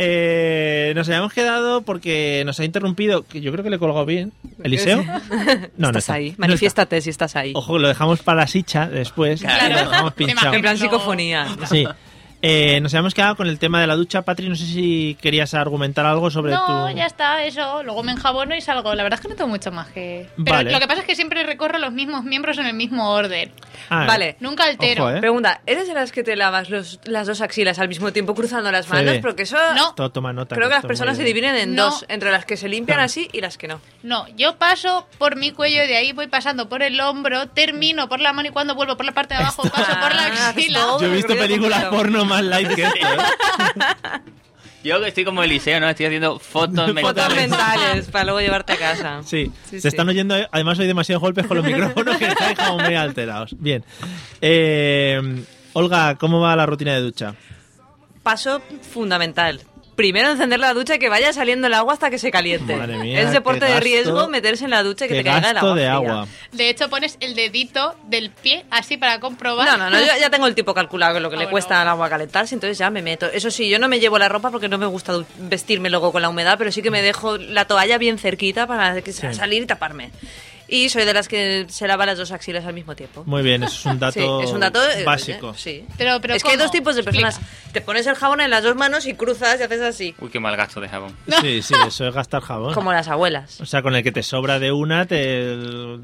Speaker 1: Eh, eh, nos habíamos quedado porque nos ha interrumpido, que yo creo que le he colgado bien.
Speaker 3: [LAUGHS]
Speaker 1: ¿Eliseo? No, no
Speaker 3: estás
Speaker 1: está.
Speaker 3: ahí.
Speaker 1: No está.
Speaker 3: Manifiéstate si estás ahí.
Speaker 1: Ojo, lo dejamos para la sicha después.
Speaker 4: Claro.
Speaker 1: y Lo dejamos
Speaker 2: Te
Speaker 1: pinchado.
Speaker 3: En plan
Speaker 2: No.
Speaker 3: psicofonía.
Speaker 1: Sí. Eh, nos habíamos quedado con el tema de la ducha, Patri. No sé si querías argumentar algo sobre tu.
Speaker 2: No, ya está, eso. Luego me enjabono y salgo. La verdad es que no tengo mucho más que... Pero
Speaker 1: Vale.
Speaker 2: lo que pasa es que siempre recorro los mismos miembros en el mismo orden.
Speaker 1: Ah,
Speaker 3: Vale.
Speaker 2: Nunca altero.
Speaker 1: Ojo, ¿eh?
Speaker 3: Pregunta, ¿eres de las que te lavas los- las dos axilas al mismo tiempo cruzando las manos?
Speaker 1: Fede.
Speaker 3: Porque eso
Speaker 2: No.
Speaker 1: To- Toma nota.
Speaker 3: creo que las
Speaker 1: esto es
Speaker 3: personas se
Speaker 1: muy bien.
Speaker 3: dividen en
Speaker 2: No.
Speaker 3: dos, entre las que se limpian así y las que no.
Speaker 2: No, yo paso por mi cuello y de ahí voy pasando por el hombro, termino por la mano y cuando vuelvo por la parte de abajo paso por la
Speaker 3: Ah,
Speaker 2: axila.
Speaker 3: esto-
Speaker 1: Yo he visto
Speaker 3: Ruido
Speaker 1: películas
Speaker 3: completo.
Speaker 1: porno más light que esto. ¿eh?
Speaker 4: Yo que estoy como Eliseo, ¿no? Estoy haciendo fotos
Speaker 3: Fotos
Speaker 4: mentales.
Speaker 3: mentales para luego llevarte a casa.
Speaker 1: Sí,
Speaker 3: Sí,
Speaker 1: se
Speaker 3: sí.
Speaker 1: están oyendo. eh, Además, hay demasiados golpes
Speaker 3: [LAUGHS]
Speaker 1: con los micrófonos que estáis como muy alterados. Bien. Eh, Olga, ¿cómo va la rutina de ducha?
Speaker 3: Paso fundamental. primero encender la ducha y que vaya saliendo el agua hasta que se caliente.
Speaker 1: Madre mía,
Speaker 3: es deporte
Speaker 1: qué
Speaker 3: de
Speaker 1: gasto-
Speaker 3: riesgo meterse en la ducha y que
Speaker 1: qué
Speaker 3: te caiga el
Speaker 1: gasto
Speaker 3: agua.
Speaker 1: de
Speaker 3: fría.
Speaker 1: agua.
Speaker 2: De hecho, pones el dedito del pie así para comprobar.
Speaker 3: No, no, no, yo
Speaker 2: [LAUGHS]
Speaker 3: ya tengo el tipo calculado lo que
Speaker 2: Ah,
Speaker 3: le
Speaker 2: bueno.
Speaker 3: cuesta al agua calentarse, entonces ya me meto. Eso sí, yo no me llevo la ropa porque no me gusta du- vestirme luego con la humedad, pero sí que me dejo la toalla bien cerquita para que sa-
Speaker 1: Mm. Sí.
Speaker 3: salir y taparme. Y soy de las que se lava las dos axilas al mismo tiempo.
Speaker 1: Muy bien, eso es un dato,
Speaker 3: [LAUGHS] Sí, es un dato eh,
Speaker 1: básico.
Speaker 3: eh, sí.
Speaker 2: Pero, pero
Speaker 3: es que hay
Speaker 2: ¿cómo?
Speaker 3: dos tipos de personas. Te pones el jabón en las dos manos y cruzas y haces así,
Speaker 4: Uy, qué mal gasto de jabón.
Speaker 1: Sí,
Speaker 3: [LAUGHS]
Speaker 1: sí, eso es gastar jabón.
Speaker 3: como las abuelas.
Speaker 1: O sea, con el que te sobra de una, te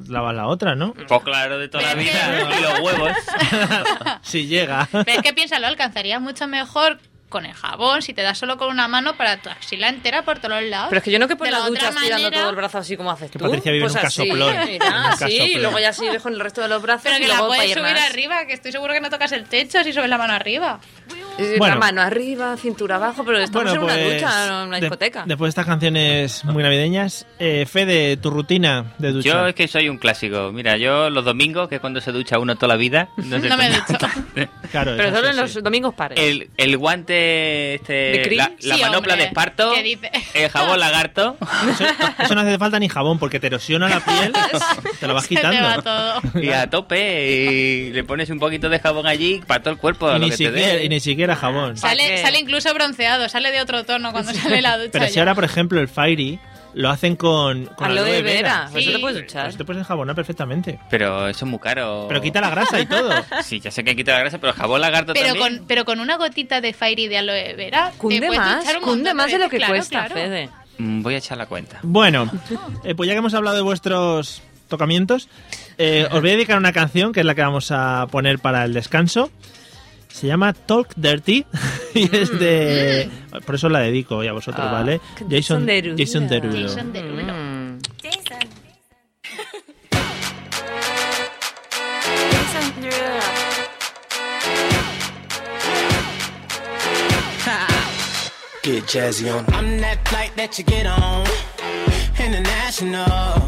Speaker 1: lavas la otra, ¿no?
Speaker 4: Pues claro, de toda la
Speaker 2: Pero-
Speaker 4: vida. Y los huevos.
Speaker 3: Ah.
Speaker 1: Si llega.
Speaker 2: Pero es que piénsalo, alcanzarías mucho mejor con el jabón si te das solo con una mano para tu axila entera por todos los lados.
Speaker 3: Pero es que yo no que por
Speaker 2: De
Speaker 3: la,
Speaker 2: la
Speaker 3: ducha
Speaker 2: otra
Speaker 3: estirando
Speaker 2: manera-
Speaker 3: todo el brazo así como haces
Speaker 1: Que
Speaker 3: tú.
Speaker 1: Patricia vive en
Speaker 3: pues
Speaker 1: un
Speaker 3: así.
Speaker 1: casoplón,
Speaker 3: [LAUGHS] Mira,
Speaker 1: en un
Speaker 3: sí,
Speaker 1: casoplón.
Speaker 3: luego ya así dejo el resto de los brazos
Speaker 2: Pero
Speaker 3: y
Speaker 2: que la
Speaker 3: luego para
Speaker 2: puedes
Speaker 3: ir
Speaker 2: subir
Speaker 3: más.
Speaker 2: arriba, que estoy seguro que no tocas el techo si subes la mano arriba. [LAUGHS]
Speaker 3: Eh,
Speaker 1: Bueno. pues,
Speaker 3: La mano arriba, cintura abajo, pero estamos en una ducha, no en una
Speaker 1: de-
Speaker 3: discoteca.
Speaker 1: después de estas canciones muy navideñas, eh, Fede, tu rutina de ducha.
Speaker 4: Yo es que soy un clásico. Mira, yo los domingos, que es cuando se ducha uno toda la vida. No,
Speaker 2: No me
Speaker 4: ducho.
Speaker 1: Claro,
Speaker 3: pero
Speaker 1: eso
Speaker 3: solo en
Speaker 1: sí,
Speaker 3: los
Speaker 1: sí. Eh,
Speaker 3: domingos
Speaker 4: [LAUGHS]
Speaker 3: pares.
Speaker 4: El, el guante,
Speaker 3: ¿De
Speaker 4: este,
Speaker 3: crin?
Speaker 4: la, la
Speaker 2: Sí,
Speaker 4: manopla
Speaker 2: hombre.
Speaker 4: de esparto,
Speaker 2: ¿Qué dice?
Speaker 4: el jabón lagarto.
Speaker 1: Eso, eso no hace falta ni jabón porque te erosiona la piel, te la vas
Speaker 2: [LAUGHS] Se te va
Speaker 1: quitando. [LAUGHS]
Speaker 2: todo.
Speaker 4: Y a tope, y le pones un poquito de jabón allí para todo el cuerpo. lo
Speaker 1: Y ni,
Speaker 4: que te dé.
Speaker 1: siquiera, y ni siquiera jabón.
Speaker 3: ¿Pa
Speaker 2: Sale,
Speaker 3: qué?
Speaker 2: sale incluso bronceado, sale de otro tono cuando sale la ducha.
Speaker 1: Pero si
Speaker 2: ya.
Speaker 1: ahora, por ejemplo, el Fairy lo hacen con, con
Speaker 3: Aloe
Speaker 1: aloe
Speaker 3: vera, pues
Speaker 2: Sí.
Speaker 3: eso te puedes duchar.
Speaker 1: Pues te puedes enjabonar perfectamente.
Speaker 4: Pero eso es muy caro.
Speaker 1: Pero quita la grasa y todo.
Speaker 4: Sí, ya sé que quita la grasa, pero el jabón lagarto
Speaker 2: Pero
Speaker 4: también.
Speaker 2: con, pero con una gotita de Fairy de aloe vera, te
Speaker 3: Cunde
Speaker 2: Eh, puedes
Speaker 3: más,
Speaker 2: duchar un montón
Speaker 3: cunde más de lo
Speaker 2: veces,
Speaker 3: que
Speaker 2: claro,
Speaker 3: cuesta,
Speaker 2: claro.
Speaker 3: Fede.
Speaker 4: Mm, Voy a echar la cuenta.
Speaker 1: Bueno, eh, pues ya que hemos hablado de vuestros tocamientos, eh, os voy a dedicar una canción que es la que vamos a poner para el descanso. Se llama Talk Dirty [LAUGHS] y es de...
Speaker 2: Mm.
Speaker 1: Por eso la dedico hoy a vosotros,
Speaker 4: Ah.
Speaker 1: ¿vale? Jason,
Speaker 3: Jason Derulo.
Speaker 1: Jason Derulo.
Speaker 2: Jason Derulo.
Speaker 3: Mm.
Speaker 5: Get jazzy on. I'm that flight that you get on. International.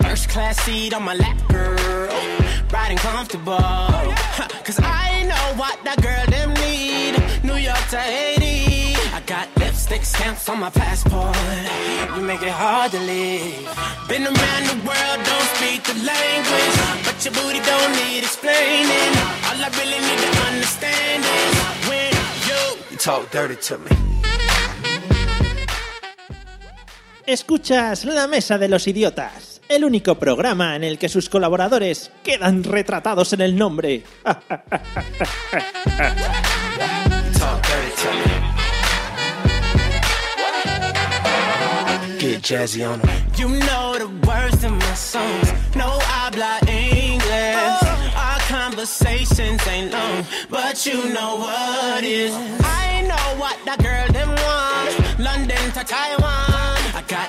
Speaker 5: First class seat on my lap, girl. Riding comfortable. Ha, Cause I know what that girl them need. New York to Haiti. I got lipstick stamps on my passport. You make it hard to leave. Been around the world, don't speak the language. But your booty don't need explaining. All I really need to understand is when you talk dirty to me.
Speaker 10: Escuchas La Mesa de los Idiotas, el único programa en el que sus colaboradores quedan retratados en el nombre.
Speaker 5: Talk dirty to me. Get jazzy on 'em. You know the words to my songs. No habla English. Our conversations ain't long, but you know what is. I know what that girl them want. London to Taiwan. I got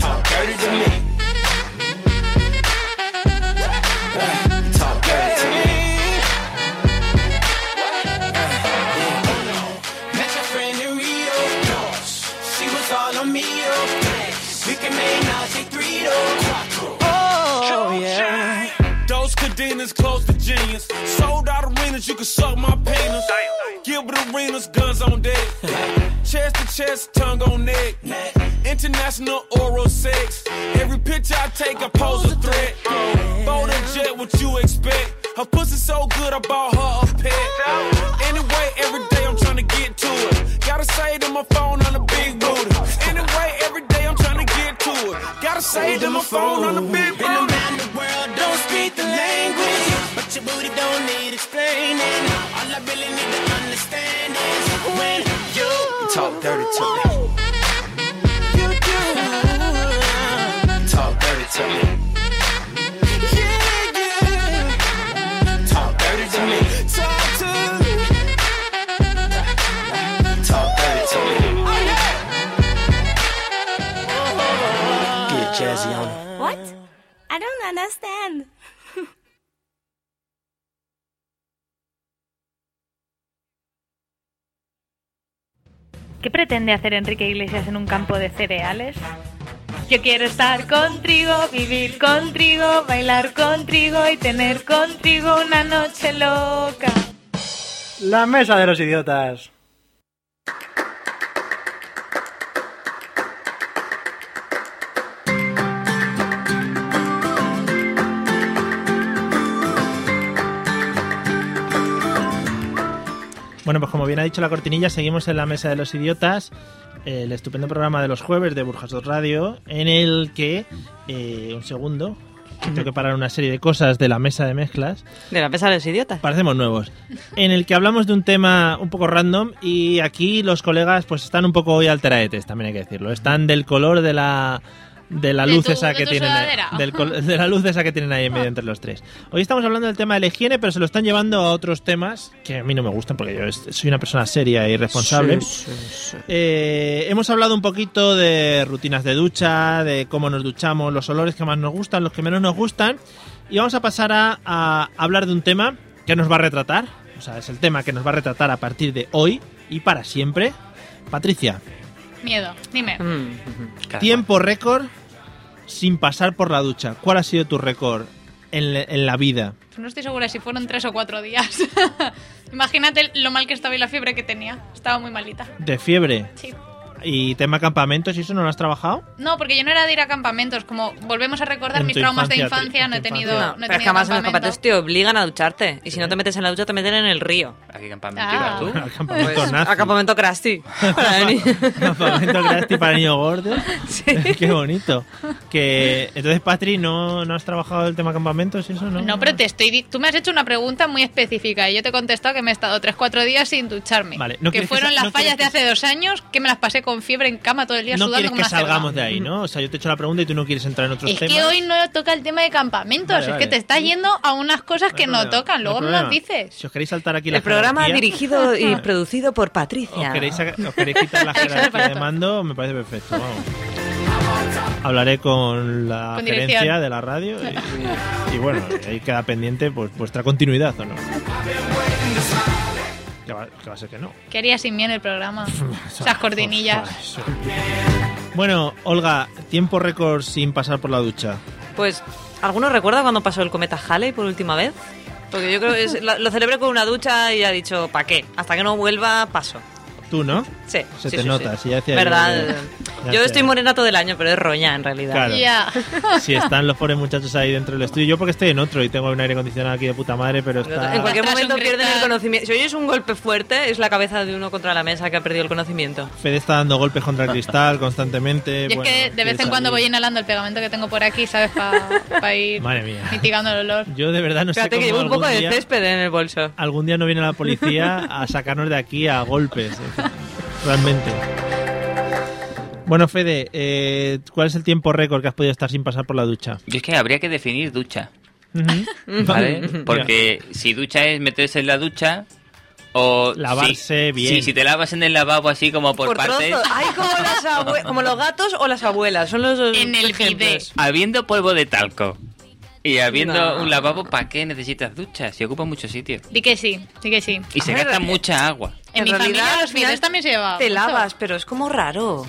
Speaker 5: Talk dirty to me. Talk dirty to me. Met your friend in Rio. She was all on me. oh. We can make Nazi three to Oh, yeah.
Speaker 11: Those cadenas close to genius. Sold out arenas, you can suck my penis. Gilbert Arenas, guns on deck. chest to chest, tongue on neck. International oral sex. Every picture I take, I pose a threat. Bold and jet, what you expect? Her pussy so good, I bought her a pet. Anyway, every day I'm tryna get to it. Gotta say to my phone on the big booty. Anyway, every day I'm tryna get to it. Gotta say to my phone on the big
Speaker 5: Been
Speaker 11: booty.
Speaker 5: around the world, don't speak the language. But your booty don't need explaining. All I really need to understand is when you talk dirty to me. You do. Talk dirty to me. Yeah, yeah. Talk dirty to me. Talk to me. Talk dirty to me. Get jazzy on.
Speaker 6: What? I don't understand.
Speaker 2: ¿Qué pretende hacer Enrique Iglesias en un campo de cereales? Yo quiero estar contigo, vivir contigo, bailar contigo y tener contigo una noche loca.
Speaker 12: La mesa de los idiotas.
Speaker 1: Bueno, pues como bien ha dicho la cortinilla, seguimos en la Mesa de los Idiotas, el estupendo programa de los jueves de Burjasot Radio, en el que, eh, un segundo, tengo que parar una serie de cosas de la mesa de mezclas.
Speaker 3: De la mesa de los idiotas.
Speaker 1: Parecemos nuevos. En el que hablamos de un tema un poco random y aquí los colegas pues están un poco hoy alteraetes, también hay que decirlo. Están del color de la de la
Speaker 10: De
Speaker 1: luz
Speaker 10: tu-
Speaker 1: esa
Speaker 10: de
Speaker 1: que
Speaker 10: tu
Speaker 1: tienen ahí-
Speaker 10: sudadera.
Speaker 1: del col- de la luz esa que tienen ahí en medio entre los tres. Hoy estamos hablando del tema de la higiene, pero se lo están llevando a otros temas que a mí no me gustan porque yo es- soy una persona seria y responsable.
Speaker 10: Sí,
Speaker 1: Eh, hemos hablado un poquito de rutinas de ducha, de cómo nos duchamos, los olores que más nos gustan, los que menos nos gustan. Y vamos a pasar a, a hablar de un tema que nos va a retratar. O sea, es el tema que nos va a retratar a partir de hoy y para siempre. Patricia,
Speaker 2: Miedo, dime.
Speaker 3: Mm.
Speaker 1: tiempo récord sin pasar por la ducha. ¿Cuál ha sido tu récord en, le- en la vida?
Speaker 2: No estoy segura si fueron tres o cuatro días. [LAUGHS] Imagínate lo mal que estaba y la fiebre que tenía. Estaba muy malita.
Speaker 1: De fiebre.
Speaker 2: Sí.
Speaker 1: ¿Y tema campamentos y eso no lo has
Speaker 3: [LAUGHS]
Speaker 1: trabajado?
Speaker 2: No, porque yo no era de ir a campamentos. Como volvemos a recordar
Speaker 1: En
Speaker 2: mis
Speaker 1: tu
Speaker 2: traumas de
Speaker 1: infancia,
Speaker 2: infancia, no he tenido, no, he
Speaker 3: pero es que
Speaker 2: tenido
Speaker 3: además en los
Speaker 2: campamento.
Speaker 3: campamentos te obligan a ducharte. Y si no te metes en la ducha, te meten en el río.
Speaker 4: ¿A qué campamento
Speaker 2: Ah. ibas tú?
Speaker 1: Al campamento nazi.
Speaker 3: Pues, a
Speaker 1: [LAUGHS]
Speaker 3: campamento Krusty. Para venir.
Speaker 1: campamento gratis para niños
Speaker 3: [LAUGHS]
Speaker 1: gordos. Qué bonito. Que entonces, Patri, ¿no, no has trabajado el tema campamentos y eso, no?
Speaker 2: No, pero te estoy. di- Tú me has hecho una pregunta muy específica y yo te he contestado que me he estado 3-4 días sin ducharme.
Speaker 1: Vale, no
Speaker 2: que
Speaker 1: quieres que
Speaker 2: fueron
Speaker 1: sa-
Speaker 2: las
Speaker 1: no
Speaker 2: fallas de hace dos años que me las pasé con fiebre en cama todo el día
Speaker 1: No
Speaker 2: sudando
Speaker 1: quieres
Speaker 2: como
Speaker 1: que
Speaker 2: una cerda.
Speaker 1: salgamos de ahí, ¿no? O sea, yo te he hecho la pregunta y tú no quieres entrar en otros
Speaker 2: Es
Speaker 1: temas.
Speaker 2: que hoy no toca el tema de campamentos,
Speaker 1: Vale,
Speaker 2: es
Speaker 1: vale.
Speaker 2: que te estás yendo a unas cosas que no,
Speaker 1: problema,
Speaker 2: tocan,
Speaker 1: no
Speaker 2: luego me
Speaker 1: problema.
Speaker 2: las dices.
Speaker 1: Si os queréis saltar aquí la
Speaker 3: El programa
Speaker 1: jerarquía,
Speaker 3: dirigido y
Speaker 1: [LAUGHS] os
Speaker 3: producido por Patricia.
Speaker 1: queréis saca- os queréis quitar la jerarquía de mando, me parece perfecto. Vamos. Hablaré con la
Speaker 10: Con dirección.
Speaker 1: gerencia de la radio y, y bueno, ahí queda pendiente pues vuestra continuidad o no. Que va- que va a ser que no. [LAUGHS]
Speaker 2: ¿Qué harías sin mí en el programa? Esas cortinillas.
Speaker 1: Bueno, Olga, tiempo récord sin pasar por la ducha.
Speaker 3: Pues, ¿alguno recuerda cuando pasó el cometa Halley por última vez? Porque yo creo
Speaker 1: [LAUGHS]
Speaker 3: que es- lo, lo celebré con una ducha y ha dicho, ¿para qué? Hasta que no vuelva, paso.
Speaker 1: Tú, ¿no?
Speaker 3: Sí.
Speaker 1: Se
Speaker 3: sí,
Speaker 1: te
Speaker 3: sí,
Speaker 1: nota,
Speaker 3: sí.
Speaker 1: si ya decía yo
Speaker 3: ¿Verdad?
Speaker 1: que-
Speaker 3: Yo
Speaker 1: ya
Speaker 3: estoy morena todo el año, pero es roña en realidad.
Speaker 1: Claro. Si están los pobres muchachos ahí dentro del estudio, yo porque estoy en otro y tengo un aire acondicionado aquí de puta madre, pero
Speaker 3: En
Speaker 1: está
Speaker 3: cualquier momento pierden el conocimiento. Si oyes un golpe fuerte, es la cabeza de uno contra la mesa que ha perdido el conocimiento.
Speaker 1: Fede está dando golpes contra el cristal
Speaker 2: [LAUGHS]
Speaker 1: constantemente.
Speaker 2: [LAUGHS] Yo es
Speaker 1: bueno,
Speaker 2: que de
Speaker 1: quiere
Speaker 2: vez en cuando voy
Speaker 1: salir.
Speaker 2: inhalando el pegamento que tengo por aquí, ¿sabes? Para ir
Speaker 1: Madre mía.
Speaker 2: mitigando el olor.
Speaker 1: Yo de verdad no
Speaker 3: Espérate
Speaker 1: sé
Speaker 3: que
Speaker 1: cómo
Speaker 3: llevo un poco
Speaker 1: algún
Speaker 3: de
Speaker 1: día-
Speaker 3: césped en el bolso.
Speaker 1: Algún día no viene la policía
Speaker 2: [LAUGHS]
Speaker 1: a sacarnos de aquí a golpes. eh, Realmente. Bueno, Fede, eh, ¿cuál es el tiempo récord que has podido estar sin pasar por la ducha?
Speaker 4: Yo es que habría que definir ducha,
Speaker 1: [LAUGHS] Ujú.
Speaker 4: ¿vale?
Speaker 1: [LAUGHS] Mira,
Speaker 4: Porque si ducha es meterse en la ducha o...
Speaker 1: Lavarse
Speaker 4: si-
Speaker 1: bien.
Speaker 4: Sí, si te lavas en el lavabo así como por,
Speaker 3: Por
Speaker 4: partes...
Speaker 3: trozos. Ay, como, las abue- como los gatos o las abuelas. Son los dos. En el ejemplos.
Speaker 4: Habiendo polvo de talco y habiendo
Speaker 3: No.
Speaker 4: un lavabo, ¿para qué necesitas ducha? Si ocupa mucho sitio.
Speaker 2: Di que sí, di que sí.
Speaker 4: Y se gasta mucha agua.
Speaker 2: En,
Speaker 3: En
Speaker 2: mi
Speaker 3: realidad,
Speaker 2: familia
Speaker 3: al
Speaker 2: los
Speaker 3: final
Speaker 2: videos también se llevaban.
Speaker 3: Te
Speaker 2: mucho.
Speaker 3: lavas, pero es como raro.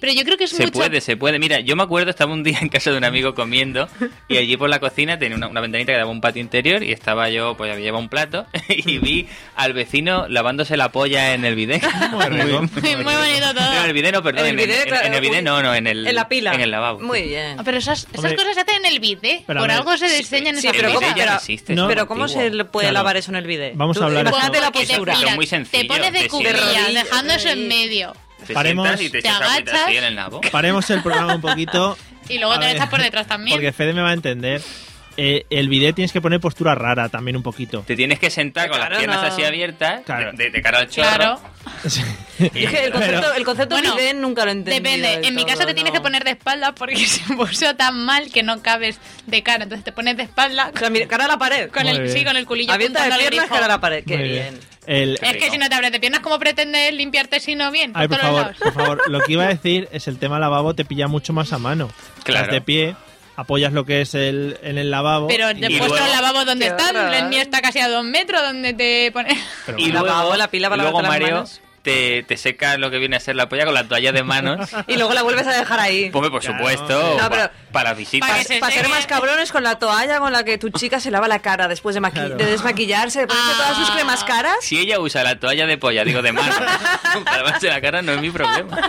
Speaker 2: Pero yo creo que es
Speaker 4: Se
Speaker 2: mucho.
Speaker 4: puede, se puede. Mira, yo me acuerdo, estaba un día en casa de un amigo comiendo y allí por la cocina tenía una, una ventanita que daba un patio interior y estaba yo, pues había llevado un plato [LAUGHS] y vi al vecino lavándose la polla en el
Speaker 1: [LAUGHS]
Speaker 4: bidé.
Speaker 2: [LAUGHS] Muy bonito todo.
Speaker 4: en el bidé no, perdón.
Speaker 2: En
Speaker 4: En
Speaker 2: el
Speaker 4: el,
Speaker 2: bidé,
Speaker 4: en- en el bidé no, no, en el...
Speaker 2: En la pila.
Speaker 4: En el lavabo.
Speaker 3: bien.
Speaker 2: Ah, Pero esas, esas
Speaker 4: Hombre.
Speaker 2: cosas se hacen en el bidé.
Speaker 4: Pero a
Speaker 2: Por
Speaker 4: ver,
Speaker 2: algo se diseñan
Speaker 3: Sí,
Speaker 2: esas
Speaker 3: pero, ¿cómo,
Speaker 2: cosas.
Speaker 3: pero,
Speaker 4: existe,
Speaker 3: pero
Speaker 4: es
Speaker 3: ¿cómo se
Speaker 4: antigua.
Speaker 3: le puede
Speaker 4: Claro.
Speaker 3: lavar eso en el bidet?
Speaker 1: Vamos a hablar de
Speaker 3: Imagínate
Speaker 1: eso.
Speaker 3: la
Speaker 4: Porque te
Speaker 3: postura.
Speaker 4: mira, Son muy
Speaker 2: Te
Speaker 4: sencillos,
Speaker 2: pones de
Speaker 4: te
Speaker 2: cubillas,
Speaker 4: sientas-
Speaker 2: dejando eso en medio.
Speaker 4: Te
Speaker 1: Paremos.
Speaker 4: sientas y te,
Speaker 2: Te
Speaker 4: echas agüita
Speaker 2: agachas.
Speaker 4: así en el lavabo.
Speaker 1: Paremos el programa un poquito
Speaker 2: Y luego
Speaker 1: A
Speaker 2: te
Speaker 1: ver.
Speaker 2: echas por detrás [LAUGHS] también.
Speaker 1: porque Fede me va a entender. Eh, el bidet tienes que poner postura rara también un poquito.
Speaker 4: Te tienes que sentar con
Speaker 3: Claro,
Speaker 4: las piernas
Speaker 3: no.
Speaker 4: así abiertas, de, de cara al chorro.
Speaker 2: Claro.
Speaker 1: [LAUGHS]
Speaker 4: Y-
Speaker 3: Dije, el concepto,
Speaker 4: Pero-
Speaker 3: el concepto
Speaker 2: Bueno,
Speaker 3: bidet nunca lo entendí.
Speaker 2: Depende. En mi caso te tienes que poner de espalda porque [LAUGHS] se puso tan mal que no cabes de cara. Entonces te pones de espalda.
Speaker 3: O sea, mira, cara a la pared.
Speaker 2: Con
Speaker 1: Muy
Speaker 2: el,
Speaker 1: bien.
Speaker 2: sí, con el culillo
Speaker 3: Abierta de
Speaker 2: apuntando al
Speaker 3: piernas,
Speaker 2: grifo.
Speaker 3: cara a la pared. Qué
Speaker 1: Muy
Speaker 3: bien.
Speaker 1: El-
Speaker 2: Es que si no te abres de piernas, ¿cómo pretendes limpiarte si no bien?
Speaker 1: Ay,
Speaker 2: Por
Speaker 1: por
Speaker 2: todos
Speaker 1: favor,
Speaker 2: lados.
Speaker 1: por favor. Lo que
Speaker 2: [LAUGHS]
Speaker 1: iba a decir es el tema lavabo te pilla mucho más a mano.
Speaker 4: Claro.
Speaker 1: Estás de pie, apoyas lo que es el, en el lavabo.
Speaker 2: Pero
Speaker 1: y
Speaker 2: te he puesto el lavabo donde
Speaker 3: Qué
Speaker 2: está,
Speaker 3: horror.
Speaker 2: el mío está casi a dos metros donde te pones.
Speaker 1: Pero
Speaker 4: Y
Speaker 3: La
Speaker 1: [LAUGHS]
Speaker 4: luego,
Speaker 3: lavabo, la pila para
Speaker 4: y luego
Speaker 3: lavarte las
Speaker 4: mareo,
Speaker 3: manos.
Speaker 4: te, te secas lo que viene a ser la polla con la toalla de
Speaker 3: [LAUGHS]
Speaker 4: manos.
Speaker 3: Y luego la vuelves a dejar ahí.
Speaker 4: Hombre, por supuesto,
Speaker 3: No, pero-
Speaker 4: pa- para visitas.
Speaker 3: Para ser más cabrones con la toalla con la que tu chica se lava la cara después de, maqui- de desmaquillarse, después de todas sus cremas caras.
Speaker 4: Si ella usa la toalla de polla, digo de
Speaker 3: [LAUGHS]
Speaker 4: mano, para lavarse la cara no es mi problema.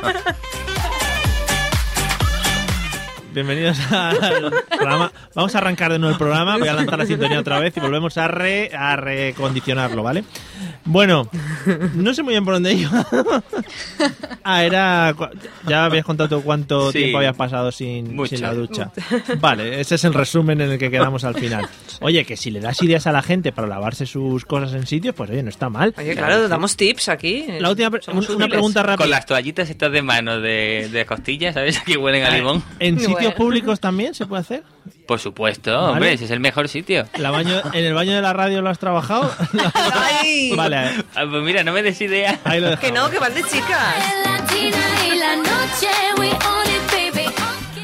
Speaker 1: Bienvenidos [LAUGHS] al programa. Vamos a arrancar de nuevo el programa. Voy a lanzar la sintonía otra vez y volvemos a, re- a recondicionarlo, ¿vale? Bueno, no sé muy bien por dónde iba. [LAUGHS] Ah, era. cu- Ya habías contado cuánto
Speaker 4: Sí.
Speaker 1: tiempo habías pasado sin,
Speaker 4: Mucho.
Speaker 1: sin la ducha. Vale, ese es el resumen en el que quedamos al final. Oye, que si le das ideas a la gente para lavarse sus cosas en sitios, pues oye, no está mal.
Speaker 3: Oye, claro, damos tips aquí.
Speaker 1: La última pre-
Speaker 3: Somos
Speaker 1: una
Speaker 3: útiles.
Speaker 1: pregunta rápida.
Speaker 4: Con las toallitas estas de mano de, de costillas, ¿sabes? Que huelen a limón.
Speaker 1: ¿En
Speaker 4: sitio
Speaker 1: sitios públicos también se puede hacer?
Speaker 4: Por supuesto, hombre, ese es el mejor sitio.
Speaker 1: ¿La baño, ¿En el baño de la radio lo has trabajado? [LAUGHS] Vale.
Speaker 4: Ah, pues mira, no me des idea.
Speaker 1: Ahí lo
Speaker 3: [LAUGHS] Que no, que vas de chica.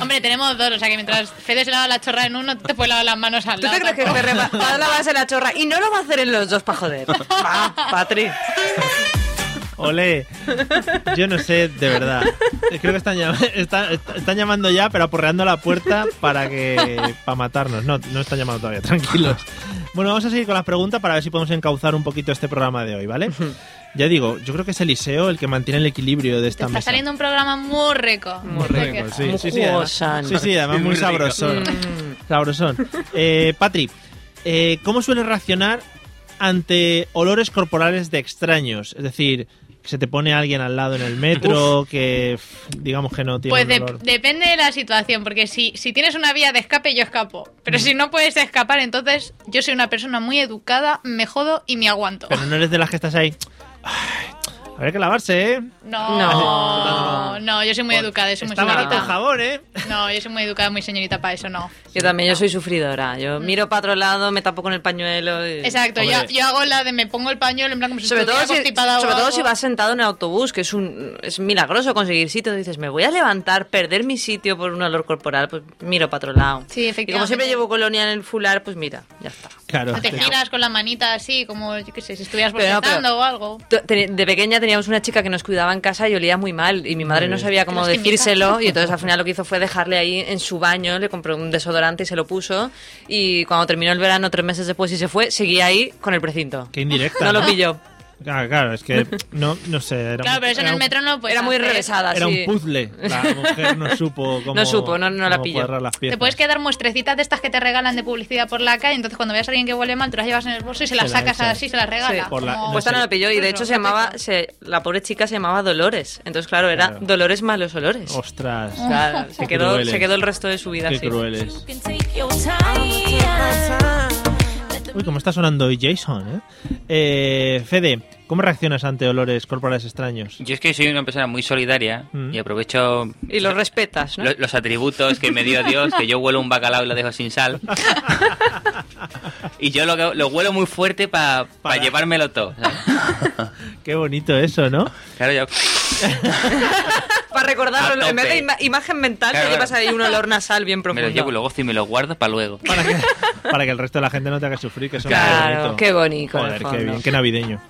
Speaker 2: Hombre, tenemos dos, o sea que mientras Fede se lava la chorra en uno, te puedes lavar las manos al
Speaker 3: ¿Tú
Speaker 2: lado.
Speaker 3: te crees que Ferre va va a lavarse la chorra? Y no lo va a hacer en los dos
Speaker 1: [LAUGHS]
Speaker 3: para joder. Va, Patri.
Speaker 1: Ole, yo no sé, de verdad. Creo que están, llam- está- está- están llamando ya, pero aporreando la puerta para que para matarnos. No, no están llamando todavía, tranquilos. Bueno, vamos a seguir con las preguntas para ver si podemos encauzar un poquito este programa de hoy, ¿vale? Ya digo, yo creo que es Eliseo el que mantiene el equilibrio de esta
Speaker 2: Está
Speaker 1: mesa.
Speaker 2: saliendo un programa muy rico. Muy
Speaker 1: rico, sí, sí, sí, además- sí, sí, además muy sabrosón.
Speaker 3: Mm.
Speaker 1: Sabrosón. Eh, Patri, eh, ¿cómo sueles reaccionar ante olores corporales de extraños? Es decir, que se te pone alguien al lado en el metro, que f, digamos que no tiene
Speaker 2: Pues
Speaker 1: un
Speaker 2: de-
Speaker 1: olor.
Speaker 2: depende de la situación, porque si, si tienes una vía de escape, yo escapo. Pero si no puedes escapar, entonces yo soy una persona muy educada, me jodo y me aguanto.
Speaker 1: Pero no eres de las que estás ahí. Ay, Habrá que lavarse, ¿eh?
Speaker 2: No,
Speaker 1: [LAUGHS] No.
Speaker 2: no, yo soy muy educada, soy muy
Speaker 1: Está barato el
Speaker 2: señorita.
Speaker 1: jabón, ¿eh?
Speaker 2: No, yo soy muy educada, muy señorita para eso, no.
Speaker 3: Yo también, yo soy sufridora. Yo miro para otro lado, me tapo con el pañuelo. y-
Speaker 2: Exacto, yo, yo hago la de me pongo el pañuelo en plan como si
Speaker 3: Sobre todo,
Speaker 2: estuviera
Speaker 3: si,
Speaker 2: constipada o
Speaker 3: sobre todo
Speaker 2: algo.
Speaker 3: si vas sentado en el autobús, que es un es milagroso conseguir sitio. Dices, me voy a levantar, perder mi sitio por un olor corporal, pues miro para otro lado.
Speaker 2: Sí, efectivamente.
Speaker 3: Y como siempre llevo colonia en el fular, pues mira, ya está.
Speaker 1: Claro.
Speaker 2: Te giras con la manita así, como yo qué sé, si estuvieras
Speaker 3: Pero no, pero-
Speaker 2: bostezando o algo.
Speaker 3: Te- te- De pequeña teníamos una chica que nos cuidaba en casa y olía muy mal y mi madre no
Speaker 2: bien.
Speaker 3: sabía cómo
Speaker 2: Tienes que
Speaker 3: decírselo
Speaker 2: invitar.
Speaker 3: y entonces al final lo que hizo fue dejarle ahí en su baño, le compró un desodorante y se lo puso y cuando terminó el verano tres meses después y se fue, seguía ahí con el precinto.
Speaker 1: Qué indirecta.
Speaker 3: No lo pilló.
Speaker 1: Claro, claro, es que no, no sé. Era muy-
Speaker 2: Claro, pero eso en
Speaker 1: era
Speaker 2: el
Speaker 1: un-
Speaker 2: metro no pues, lo puedes
Speaker 3: Era muy
Speaker 2: hacer.
Speaker 3: enrevesada,
Speaker 1: Era
Speaker 3: sí.
Speaker 1: un puzzle. La mujer no supo cómo.
Speaker 3: [LAUGHS] No supo, no- no la
Speaker 1: cómo
Speaker 3: pilló.
Speaker 1: cuadrar las
Speaker 2: Te
Speaker 1: piezas.
Speaker 2: puedes quedar muestrecitas de estas que te regalan de publicidad por la calle, entonces cuando veas a alguien que huele mal, tú las llevas en el bolso y se
Speaker 1: Se
Speaker 2: las
Speaker 1: la
Speaker 2: sacas
Speaker 1: echas.
Speaker 2: así, se las
Speaker 3: Sí.
Speaker 2: regalas.
Speaker 1: Por la-
Speaker 2: como-
Speaker 3: Pues esta no lo pilló y de hecho se llamaba, se- la pobre chica se llamaba Dolores. Entonces claro, era
Speaker 1: Claro.
Speaker 3: Dolores malos olores.
Speaker 1: Ostras.
Speaker 3: Claro, se
Speaker 1: Qué
Speaker 3: quedó,
Speaker 1: crueles.
Speaker 3: se quedó el resto de su vida
Speaker 1: Qué
Speaker 3: así.
Speaker 1: crueles. Uy, cómo está sonando hoy Jason, ¿eh? Eh, Fede, ¿cómo reaccionas ante olores corporales
Speaker 3: [LAUGHS]
Speaker 1: extraños?
Speaker 4: Yo es que soy una persona muy solidaria
Speaker 1: Mm.
Speaker 4: y aprovecho
Speaker 3: Y los respetas, ¿no?
Speaker 4: lo- los atributos que me dio Dios, que yo huelo un bacalao y lo dejo sin sal. y yo lo, que- lo huelo muy fuerte pa- para
Speaker 1: Para-
Speaker 4: llevármelo todo. ¿sabes?
Speaker 1: Qué bonito eso, ¿no?
Speaker 4: Claro, yo...
Speaker 3: Para
Speaker 4: A
Speaker 3: recordarlo, en vez de
Speaker 4: tope.
Speaker 3: ima- imagen mental,
Speaker 4: Claro,
Speaker 3: te llevas
Speaker 4: claro.
Speaker 3: ahí un olor nasal
Speaker 4: [LAUGHS]
Speaker 3: bien
Speaker 4: Me lo
Speaker 3: profundo.
Speaker 4: llevo y lo gozo y me lo guardo para luego.
Speaker 1: Para que, para que el resto de la gente no te haga sufrir, que eso es
Speaker 3: Claro,
Speaker 1: muy bonito.
Speaker 3: qué bonito, en el
Speaker 1: Joder, qué
Speaker 3: fondo.
Speaker 1: bien, qué navideño.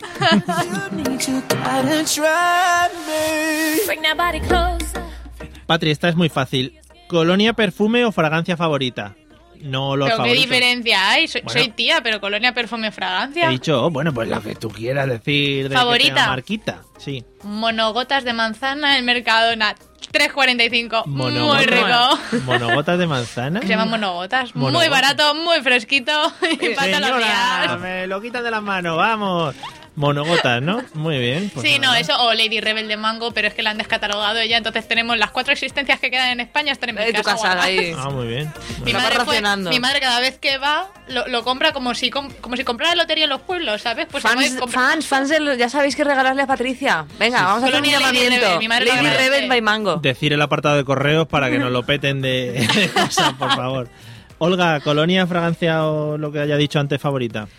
Speaker 1: Patri, esta es muy fácil. ¿Colonia, perfume o fragancia favorita? No olor
Speaker 2: Pero qué
Speaker 1: favorito.
Speaker 2: diferencia hay, soy,
Speaker 1: Bueno.
Speaker 2: soy tía, pero colonia, perfume,
Speaker 1: He
Speaker 2: fragancia.
Speaker 1: dicho, oh, bueno, pues lo que tú quieras decir de Que
Speaker 2: Favorita.
Speaker 1: tenga marquita, sí.
Speaker 2: Monogotas de manzana en Mercadona, 3.45, muy
Speaker 1: Monogota-
Speaker 2: rico.
Speaker 1: Monogotas de manzana.
Speaker 2: Se llaman monogotas, muy
Speaker 1: Monogotas.
Speaker 2: barato, muy fresquito y pasa los
Speaker 1: Señora,
Speaker 2: días.
Speaker 1: me lo quitan de las manos, vamos. Monogotas, ¿no? Muy bien. pues
Speaker 2: sí, no,
Speaker 1: nada.
Speaker 2: eso o Lady Rebel de mango, pero es que la han descatalogado ya, entonces tenemos las cuatro existencias que quedan en España, están en mi
Speaker 3: En tu casa,
Speaker 2: guardadas. [LAUGHS]
Speaker 3: ahí.
Speaker 1: Ah, muy bien.
Speaker 2: Mi
Speaker 3: Lo vas
Speaker 2: madre, fue-
Speaker 3: racionando.
Speaker 2: mi madre cada vez que va lo, lo compra como si com- como si comprara lotería en los pueblos, ¿sabes? Pues se
Speaker 3: fans,
Speaker 2: puede comprar-
Speaker 3: fans, fans de los- ya sabéis que regalarle a Patricia. Venga, vamos a hacer un
Speaker 2: Colonia Lady
Speaker 3: llamamiento.
Speaker 2: Rebel, mi madre lo
Speaker 3: Lady
Speaker 2: agradece.
Speaker 3: Rebel by Mango.
Speaker 1: Decir el apartado de correos para que nos lo peten de cosas, por favor. Olga, colonia, fragancia o lo que haya dicho antes favorita.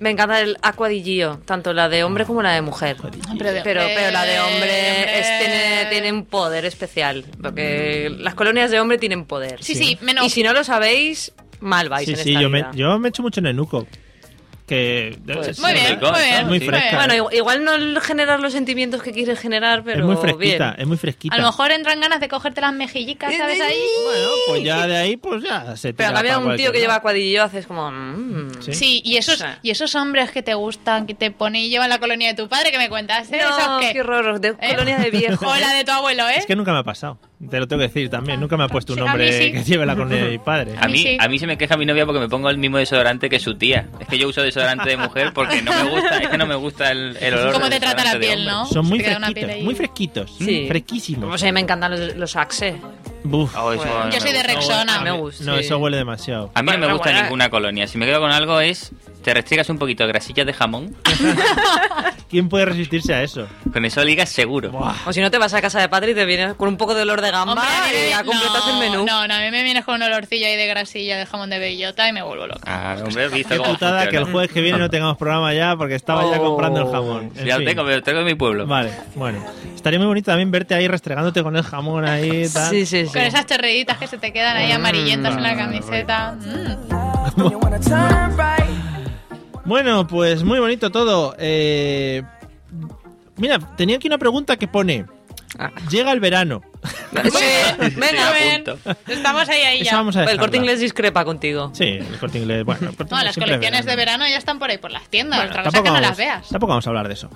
Speaker 3: Me encanta el Aqua di Gio, tanto la de hombre como la de mujer.
Speaker 2: Pero de
Speaker 3: Pero,
Speaker 2: hombre,
Speaker 3: pero la de
Speaker 2: hombre.
Speaker 3: hombre es- tiene, tiene un poder especial. Porque las colonias de hombre tienen poder.
Speaker 2: Sí, sí, menos
Speaker 3: Y si no lo sabéis, mal vais
Speaker 1: sí,
Speaker 3: en
Speaker 1: sí,
Speaker 3: esta
Speaker 1: yo me,
Speaker 3: vida.
Speaker 1: yo me echo mucho en el nuco. que
Speaker 4: Pues,
Speaker 1: es
Speaker 4: muy bien,
Speaker 1: fresca,
Speaker 4: muy bien,
Speaker 1: es muy
Speaker 4: sí.
Speaker 1: fresca.
Speaker 3: Bueno, igu- igual no generar los sentimientos que quieres generar, pero
Speaker 1: es muy fresquita,
Speaker 3: bien.
Speaker 1: es muy fresquita.
Speaker 2: A lo mejor entran ganas de cogerte las mejillicas, ¿sabes? Ahí.
Speaker 1: Pues ya de ahí, pues ya se
Speaker 3: Pero
Speaker 1: tira
Speaker 3: había
Speaker 1: pa'
Speaker 3: un tío que
Speaker 1: cualquier
Speaker 3: lleva
Speaker 1: lado.
Speaker 3: cuadrillo, haces como... mm.
Speaker 1: Sí.
Speaker 2: Sí, y esos, y esos hombres que te gustan, que te ponen y llevan la colonia de tu padre, que me cuentas, ¿eh?
Speaker 3: No,
Speaker 2: Esos que-
Speaker 3: qué horror, de
Speaker 2: ¿eh?
Speaker 3: colonia de viejo.
Speaker 2: O la de tu abuelo, ¿eh?
Speaker 1: Es que nunca me ha pasado, te lo tengo que decir también. Nunca me ha puesto un
Speaker 2: Sí, a mí
Speaker 1: hombre
Speaker 2: sí.
Speaker 1: que lleve la colonia de mi padre.
Speaker 4: A mí,
Speaker 2: sí.
Speaker 4: a mí se me queja mi novia porque me pongo el mismo desodorante que su tía. Es que yo uso desodorante de mujer porque no me gusta, es que no me gusta el, el olor.
Speaker 2: Cómo
Speaker 4: del
Speaker 2: te trata la
Speaker 4: desodorante de
Speaker 2: piel,
Speaker 4: hombre.
Speaker 2: ¿no?
Speaker 1: Son muy
Speaker 2: Te queda una
Speaker 1: fresquitos,
Speaker 2: piel ahí.
Speaker 1: muy fresquitos, mm,
Speaker 3: Sí. Como
Speaker 1: fresquísimos.
Speaker 3: se me encantan los, los Axe.
Speaker 1: Buf.
Speaker 4: no
Speaker 2: Pues, Yo
Speaker 4: me
Speaker 2: soy de
Speaker 4: gusta.
Speaker 2: Rexona.
Speaker 3: Me gusta.
Speaker 1: No,
Speaker 3: sí.
Speaker 1: eso huele demasiado.
Speaker 4: A mí no me
Speaker 3: Bueno,
Speaker 4: gusta
Speaker 3: bueno.
Speaker 2: eh.
Speaker 4: ninguna colonia. Si me quedo con algo es, te restriegas un poquito de grasillas de jamón,
Speaker 1: ¿Quién puede resistirse a eso?
Speaker 4: con eso ligas seguro.
Speaker 1: Buah.
Speaker 3: O si no te vas a casa de Patri y te vienes con un poco de olor de gamba
Speaker 2: Hombre, a mí me-
Speaker 3: y ya completas el menú.
Speaker 2: No, no, a mí me vienes con un olorcillo ahí de grasilla, de jamón de bellota y me vuelvo loca.
Speaker 4: Ah, hombre, he visto
Speaker 1: Qué
Speaker 4: cómo
Speaker 1: putada que el
Speaker 4: funciona.
Speaker 1: jueves que viene no tengamos programa ya porque estaba ya
Speaker 3: Oh.
Speaker 1: comprando el jamón. En
Speaker 4: Ya lo
Speaker 1: fin.
Speaker 4: tengo, pero lo tengo en mi pueblo.
Speaker 1: Vale, bueno. Estaría muy bonito también verte ahí restregándote con el jamón ahí. Tal.
Speaker 3: Sí, sí, sí.
Speaker 2: Con esas chorreditas que se te quedan ahí amarillentas en la camiseta. Mm.
Speaker 1: Bueno, pues muy bonito todo. Eh, Mira, tenía aquí una pregunta que pone:
Speaker 3: Ah.
Speaker 1: Llega el verano.
Speaker 3: Sí, venga,
Speaker 4: Sí,
Speaker 3: ven.
Speaker 4: a punto.
Speaker 2: Estamos ahí, ahí
Speaker 1: Eso
Speaker 2: ya.
Speaker 1: vamos a
Speaker 3: El corte
Speaker 1: dejarla.
Speaker 3: inglés discrepa contigo.
Speaker 1: Sí, el corte inglés. Bueno, el Corte
Speaker 2: No,
Speaker 1: Inglés
Speaker 2: las
Speaker 1: siempre es
Speaker 2: colecciones de verano ya están por ahí, por las tiendas. Otra cosa es que no
Speaker 1: vamos,
Speaker 2: las veas.
Speaker 1: tampoco vamos a hablar de eso.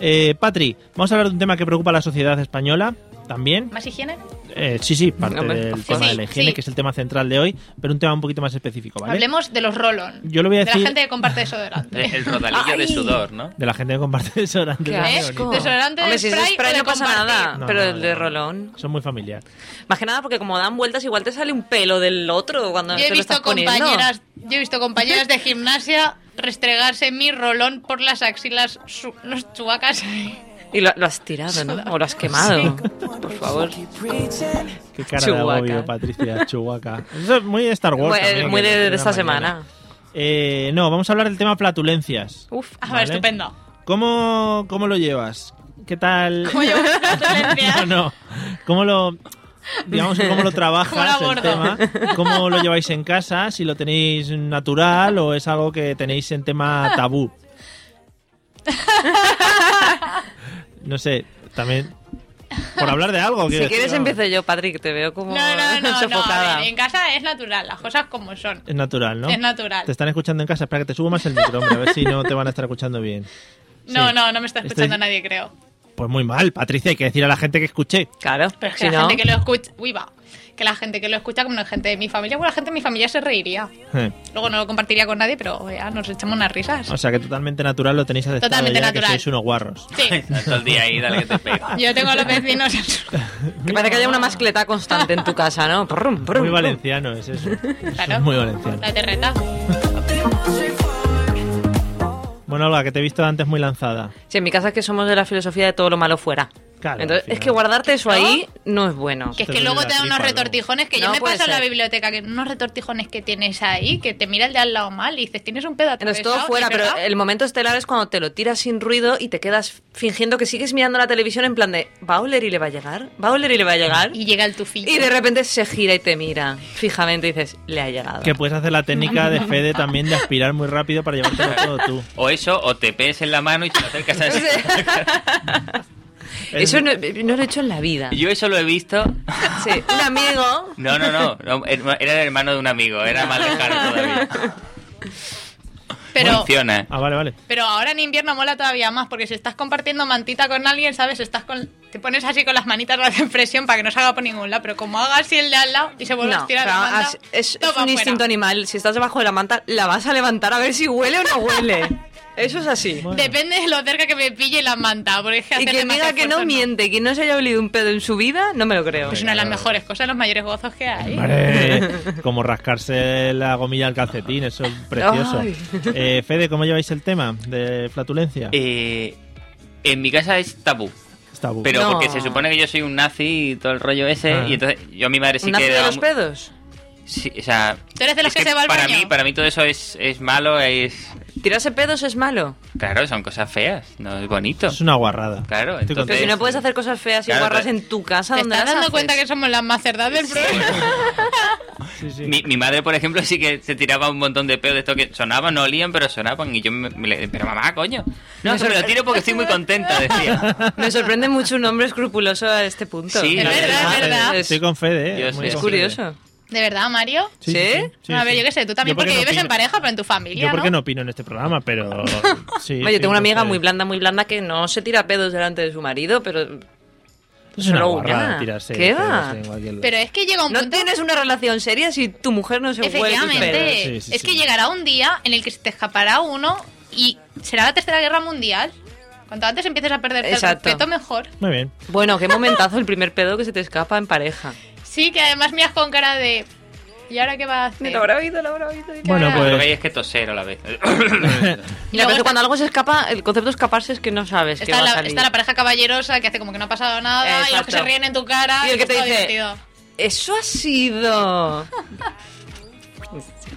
Speaker 1: Eh, Patri, vamos a hablar de un tema que preocupa a la sociedad española también.
Speaker 2: ¿Más higiene?
Speaker 1: Eh, sí, sí, parte
Speaker 3: Hombre,
Speaker 1: del
Speaker 3: sí,
Speaker 1: tema
Speaker 2: sí,
Speaker 1: de la higiene,
Speaker 2: sí.
Speaker 1: que es el tema central de hoy, pero un tema un poquito más específico, ¿vale?
Speaker 2: Hablemos de los Rolon.
Speaker 1: Yo lo voy a
Speaker 2: De
Speaker 1: decir-
Speaker 2: la gente que
Speaker 1: [LAUGHS]
Speaker 2: comparte desodorante.
Speaker 4: Eh, El rodalillo de sudor, ¿no?
Speaker 1: De la gente que comparte [LAUGHS] desodorante.
Speaker 3: Qué
Speaker 1: es muy
Speaker 3: asco.
Speaker 1: bonito.
Speaker 2: Desodorante de
Speaker 3: Hombre, si es
Speaker 2: spray o
Speaker 3: spray
Speaker 2: de
Speaker 3: no pasa
Speaker 2: compartir.
Speaker 3: nada,
Speaker 1: No,
Speaker 3: pero
Speaker 1: no,
Speaker 3: el de
Speaker 1: no.
Speaker 3: rolón.
Speaker 1: Son muy familiar.
Speaker 3: Más que nada porque como dan vueltas igual te sale un pelo del otro cuando
Speaker 2: Yo he
Speaker 3: te lo estás
Speaker 2: visto
Speaker 3: poniendo.
Speaker 2: compañeras, yo he visto compañeras de gimnasia restregarse mi rolón por las axilas su- los chubacas.
Speaker 3: Y lo, lo has
Speaker 2: [LAUGHS]
Speaker 3: tirado, ¿no? O lo has quemado. Por favor.
Speaker 1: Qué cara
Speaker 3: Chewbacca.
Speaker 1: de agobio,
Speaker 3: [LAUGHS]
Speaker 1: Patricia, Chubaca. Eso es muy de Star Wars.
Speaker 3: Muy-
Speaker 1: también,
Speaker 3: muy
Speaker 1: que
Speaker 3: de, de
Speaker 1: una
Speaker 3: esta
Speaker 1: mañana.
Speaker 3: semana.
Speaker 1: Eh, no, vamos a hablar del tema flatulencias.
Speaker 3: Uf.
Speaker 2: A ver,
Speaker 1: Vale.
Speaker 2: estupendo.
Speaker 1: ¿Cómo, ¿Cómo lo llevas? ¿Qué tal?
Speaker 2: ¿Cómo llevas
Speaker 1: [LAUGHS]
Speaker 2: las
Speaker 1: no,
Speaker 2: flatulencias?
Speaker 1: no. ¿Cómo lo, digamos, que cómo lo trabajas
Speaker 2: [LAUGHS] ¿Cómo lo
Speaker 1: el tema? ¿Cómo lo lleváis en casa? Si lo tenéis natural o es algo que tenéis en tema tabú. No sé, también por hablar de algo.
Speaker 3: Si
Speaker 1: quiero
Speaker 3: quieres
Speaker 1: decir,
Speaker 3: empiezo yo, Patrick, te veo como
Speaker 2: No, no, no, no. a
Speaker 3: sofocada.
Speaker 2: ver, en casa es natural, las cosas como son.
Speaker 1: Es natural, ¿no?
Speaker 2: Es natural.
Speaker 1: Te están escuchando en casa. Espera que te subo más el micro, hombre, a ver si no te van a estar escuchando bien.
Speaker 2: No,
Speaker 1: Sí.
Speaker 2: no, no me está escuchando
Speaker 1: Estoy-
Speaker 2: nadie, creo.
Speaker 1: Pues muy mal, Patricia, hay que decir a la gente que escuché.
Speaker 3: Claro,
Speaker 2: Pero es que
Speaker 3: si
Speaker 2: la
Speaker 3: no,
Speaker 2: gente que lo escucha, uy va, que la gente que lo escucha como la gente de mi familia, bueno, la gente de mi familia se reiría.
Speaker 1: Eh,
Speaker 2: Luego no lo compartiría con nadie, pero ya nos echamos unas risas.
Speaker 1: O sea que totalmente natural lo tenéis aceptado
Speaker 2: Totalmente
Speaker 1: ya,
Speaker 2: natural.
Speaker 1: que sois unos guarros.
Speaker 3: [LAUGHS]
Speaker 2: Sí.
Speaker 4: Todo el día ahí, dale que te pega.
Speaker 2: Yo tengo a los vecinos. en su-
Speaker 3: que parece que haya una mascleta constante en tu casa, [LAUGHS] ¿no? Prum, prum,
Speaker 1: Muy
Speaker 3: prum.
Speaker 1: valenciano es
Speaker 2: [LAUGHS]
Speaker 1: eso. Eso es
Speaker 2: Claro.
Speaker 1: muy valenciano.
Speaker 2: La terreta.
Speaker 1: Bueno, Olga, que te he visto antes muy lanzada.
Speaker 3: Si en mi casa es que somos de la filosofía de todo lo malo fuera.
Speaker 1: Claro,
Speaker 3: Entonces,
Speaker 1: al final.
Speaker 3: es que guardarte eso ahí no es bueno.
Speaker 2: Que
Speaker 1: Te
Speaker 2: es que
Speaker 1: duele
Speaker 2: luego
Speaker 1: la
Speaker 2: te dan
Speaker 1: tripa
Speaker 2: unos
Speaker 1: luego.
Speaker 2: retortijones que
Speaker 3: No
Speaker 2: yo me
Speaker 3: puede
Speaker 2: paso en la
Speaker 3: ser.
Speaker 2: biblioteca, que unos retortijones que tienes ahí, que te mira el de al lado mal y dices, tienes un pedo
Speaker 3: Entonces
Speaker 2: atravesado.
Speaker 3: todo fuera,
Speaker 2: ¿es
Speaker 3: pero
Speaker 2: verdad?
Speaker 3: el momento estelar es cuando te lo tiras sin ruido y te quedas fingiendo que sigues mirando la televisión en plan de ¿va a oler y le va a llegar? ¿Va a oler y le va a llegar?
Speaker 2: Y llega el tufillo.
Speaker 3: Y de repente se gira y te mira fijamente y dices, le ha llegado.
Speaker 1: Que puedes hacer la técnica de Fede también de aspirar muy rápido para
Speaker 2: [LAUGHS]
Speaker 1: llevártelo todo tú.
Speaker 4: O eso, o te pees en la mano y te lo acercas a
Speaker 3: Eso no, no lo he hecho en la vida.
Speaker 4: [LAUGHS] Yo eso lo he visto.
Speaker 3: Sí, un amigo...
Speaker 4: No, no, no, no, herma- Era el hermano de un amigo, era más lejano todavía.
Speaker 2: pero,
Speaker 4: Funciona.
Speaker 1: Ah, vale, vale.
Speaker 2: pero ahora en invierno mola todavía más, porque si estás compartiendo mantita con alguien, ¿sabes? Estás con, te pones así con las manitas la [LAUGHS] presión para que no salga por ningún lado, pero como haga así el de al lado y se vuelve a
Speaker 3: No,
Speaker 2: estirar
Speaker 3: pero
Speaker 2: la manta,
Speaker 3: has- es, es
Speaker 2: todo
Speaker 3: un
Speaker 2: va fuera.
Speaker 3: instinto animal. Si estás debajo de la manta, la vas a levantar a ver si huele o no huele. Eso es así.
Speaker 1: Bueno.
Speaker 2: Depende de lo cerca que me pille la manta, porque es que
Speaker 3: Y
Speaker 2: hacer
Speaker 3: quien
Speaker 2: demasiado
Speaker 3: diga que no,
Speaker 2: esfuerzo,
Speaker 3: miente, quien no se haya olido un pedo en su vida, no me lo creo. eh.
Speaker 2: Es una de las mejores cosas, los mayores gozos que hay. [LAUGHS]
Speaker 1: Hombre, como rascarse la gomilla al calcetín, eso es precioso.
Speaker 3: Ay.
Speaker 1: Eh, Fede, ¿cómo lleváis el tema de flatulencia?
Speaker 4: Eh, en mi casa es tabú.
Speaker 1: Está bu-
Speaker 4: Pero
Speaker 3: No.
Speaker 4: porque se supone que yo soy un nazi y todo el rollo ese.
Speaker 1: Ah.
Speaker 4: Y entonces yo a mi madre sí
Speaker 3: ¿Una
Speaker 4: que...
Speaker 3: de
Speaker 4: daba
Speaker 3: los
Speaker 4: mu-
Speaker 3: pedos?
Speaker 4: Sí, o sea,
Speaker 2: ¿Tú eres de los
Speaker 4: es
Speaker 2: que se va al
Speaker 4: para
Speaker 2: baño?
Speaker 4: Mí, para mí todo eso es, es malo, es...
Speaker 3: Tirarse pedos es malo.
Speaker 4: Claro, son cosas feas, no es bonito. Es
Speaker 1: una guarrada.
Speaker 4: Claro, entonces...
Speaker 3: Pero si no puedes hacer cosas feas y
Speaker 4: Claro,
Speaker 3: guarras
Speaker 4: pero-
Speaker 3: en tu casa,
Speaker 2: ¿Te
Speaker 3: donde
Speaker 2: estás
Speaker 3: las
Speaker 2: dando
Speaker 3: haces?
Speaker 2: cuenta que somos las más cerdas
Speaker 1: [LAUGHS]
Speaker 2: del programa?
Speaker 4: Mi, mi madre, por ejemplo, sí que se tiraba un montón de pedos de esto que sonaban, no olían, pero sonaban. Y yo me, me le- pero mamá, coño. No, se me lo tiro porque estoy muy contenta, decía.
Speaker 1: [LAUGHS]
Speaker 3: Me sorprende mucho un hombre escrupuloso a este punto.
Speaker 4: Sí, Es la verdad, verdad. es verdad.
Speaker 1: Estoy con Fede, eh.
Speaker 4: Yo
Speaker 1: muy
Speaker 4: sé.
Speaker 3: Es
Speaker 1: con
Speaker 3: curioso.
Speaker 2: ¿De verdad, Mario?
Speaker 1: Sí, sí, sí, sí,
Speaker 2: a ver,
Speaker 1: sí.
Speaker 2: yo qué sé, tú también
Speaker 1: Yo porque no
Speaker 2: porque, vives en
Speaker 1: opino.
Speaker 2: pareja, pero en tu familia,
Speaker 1: Yo porque
Speaker 2: ¿no?
Speaker 1: no opino en este programa,
Speaker 2: [LAUGHS]
Speaker 1: pero sí.
Speaker 3: Oye, yo
Speaker 1: sí,
Speaker 3: tengo una
Speaker 1: con
Speaker 3: amiga
Speaker 1: Fede.
Speaker 3: muy blanda, muy blanda, que no se tira pedos delante de su marido, pero...
Speaker 1: Es una
Speaker 3: solo
Speaker 1: guarrada
Speaker 3: una.
Speaker 1: tirarse
Speaker 3: ¿Qué
Speaker 1: pedos
Speaker 3: va?
Speaker 1: en cualquier-
Speaker 2: Pero es que llega un
Speaker 3: No
Speaker 2: punto...
Speaker 3: tienes una relación seria si tu mujer no se huele tus
Speaker 2: Efectivamente,
Speaker 3: pedos.
Speaker 2: es que llegará un día en el que se te escapará uno y será la tercera guerra mundial. Cuanto antes empieces a perder el
Speaker 3: Exacto.
Speaker 2: respeto, mejor.
Speaker 1: Muy bien.
Speaker 3: Bueno, qué momentazo el primer pedo que se te escapa en pareja.
Speaker 2: Sí, que además miras con cara de... ¿Y ahora qué va a hacer?
Speaker 3: Lo habrá oído, lo habrá oído.
Speaker 1: Bueno, pues-
Speaker 4: Lo que hay es que toser a la
Speaker 1: [LAUGHS]
Speaker 4: vez.
Speaker 3: Y la verdad es que cuando algo se escapa, el concepto de escaparse es que no sabes qué
Speaker 2: Está
Speaker 3: va a
Speaker 2: la,
Speaker 3: salir.
Speaker 2: está la pareja caballerosa que hace como que no ha pasado nada y los que
Speaker 3: Exacto.
Speaker 2: se ríen en tu cara.
Speaker 3: Y el que te
Speaker 2: todo
Speaker 3: dice,
Speaker 2: divertido.
Speaker 3: Eso ha sido...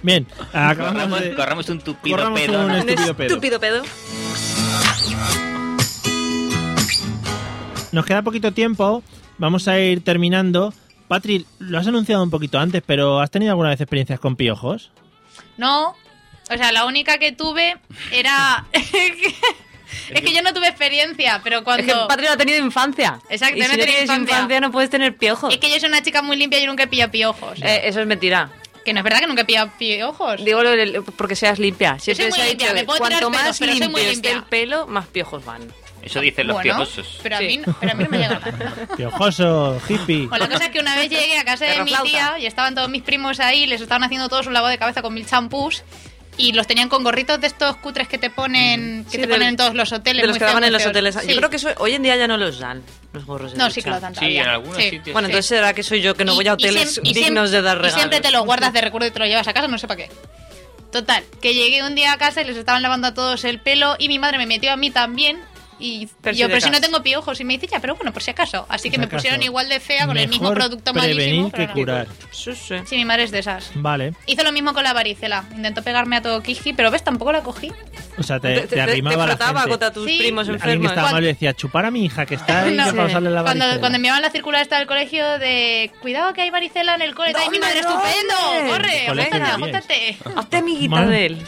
Speaker 1: Bien, acabamos
Speaker 4: Corramos,
Speaker 1: de...
Speaker 4: corramos un tupido
Speaker 1: corramos
Speaker 4: pedo.
Speaker 1: un
Speaker 4: ¿no?
Speaker 1: estúpido pedo.
Speaker 3: Estúpido pedo.
Speaker 1: Nos queda poquito tiempo, vamos a ir terminando. Patri, lo has anunciado un poquito antes, pero ¿has tenido alguna vez experiencias con piojos?
Speaker 2: No. O sea, la única que tuve era. [LAUGHS] es que yo no tuve experiencia, pero cuando.
Speaker 3: Es que Patria no ha tenido infancia.
Speaker 2: Exacto,
Speaker 3: y
Speaker 2: no
Speaker 3: si
Speaker 2: he tenido
Speaker 3: tienes
Speaker 2: infancia.
Speaker 3: no puedes tener piojos.
Speaker 2: Es que yo soy una chica muy limpia y nunca he pillado piojos.
Speaker 3: Eh, eso es mentira.
Speaker 2: Que no es verdad que nunca he pillado piojos.
Speaker 3: Digo lo del- porque seas limpia. Siempre
Speaker 2: Yo soy
Speaker 3: se
Speaker 2: muy
Speaker 3: ha
Speaker 2: limpia,
Speaker 3: dicho
Speaker 2: me
Speaker 3: que
Speaker 2: puedo tirar
Speaker 3: cuanto
Speaker 2: pedos,
Speaker 3: más
Speaker 2: pero soy muy
Speaker 3: limpio esté
Speaker 2: limpia.
Speaker 3: el pelo, más piojos van.
Speaker 4: Eso dicen los
Speaker 2: Bueno,
Speaker 4: piojosos.
Speaker 2: Pero, a mí,
Speaker 3: Sí.
Speaker 2: pero a mí no me llega.
Speaker 1: Piojoso, hippie.
Speaker 2: Bueno, la cosa es que una vez llegué a casa de mi tía y estaban todos mis primos ahí, les estaban haciendo todos un lavado de cabeza con mil champús y los tenían con gorritos de estos cutres que te ponen, que
Speaker 3: Sí,
Speaker 2: te
Speaker 3: del-
Speaker 2: ponen en todos los hoteles.
Speaker 3: De los
Speaker 2: muy
Speaker 3: que
Speaker 2: feos,
Speaker 3: daban en
Speaker 2: muy
Speaker 3: los
Speaker 2: feos.
Speaker 3: hoteles.
Speaker 2: Sí.
Speaker 3: Yo creo que eso, hoy en día ya no los dan, los gorros de
Speaker 2: No,
Speaker 3: ducha.
Speaker 2: sí que los dan todavía. Sí.
Speaker 3: Bueno, entonces será que soy yo que no voy a hoteles
Speaker 2: y siem-
Speaker 3: dignos de dar
Speaker 2: y
Speaker 3: regalos.
Speaker 2: siempre te los guardas de recuerdo y te los llevas a casa, no sé para qué. Total, que llegué un día a casa y les estaban lavando a todos el pelo y mi madre me metió a mí también. Y
Speaker 3: Pero si
Speaker 2: yo,
Speaker 3: de
Speaker 2: pero si no
Speaker 3: acaso.
Speaker 2: tengo piojos. Y me dice, ya, pero bueno, por si acaso. Así que
Speaker 1: Por
Speaker 2: me
Speaker 1: si
Speaker 2: pusieron
Speaker 1: acaso.
Speaker 2: igual de fea con el mismo
Speaker 1: Mejor
Speaker 2: producto malísimo.
Speaker 1: prevenir
Speaker 2: pero
Speaker 1: que
Speaker 2: no.
Speaker 1: curar.
Speaker 3: Sí, sí.
Speaker 2: Sí, mi madre es de esas.
Speaker 1: Vale,
Speaker 2: Hizo lo mismo con la varicela. Intentó pegarme a todo Kiki, pero ves, tampoco la cogí.
Speaker 1: o sea, te, te arrimaba la
Speaker 3: frotaba
Speaker 1: gente.
Speaker 3: contra tus
Speaker 2: Sí.
Speaker 3: primos
Speaker 1: Alguien que
Speaker 3: enfermos.
Speaker 1: estaba mal le decía, chupar a mi hija que está ahí
Speaker 2: No.
Speaker 1: que para usarle la
Speaker 2: Cuando,
Speaker 1: varicela".
Speaker 2: cuando enviaban la circular esta del colegio de cuidado que hay varicela en el cole, ¡ay, mi madre, estupendo!
Speaker 3: dónde?
Speaker 2: ¡Corre!
Speaker 1: ¿Qué colegio
Speaker 2: apúntate,
Speaker 1: vivíais?
Speaker 2: apúntate!
Speaker 3: Hazte amiguita
Speaker 1: Madre.
Speaker 3: de él.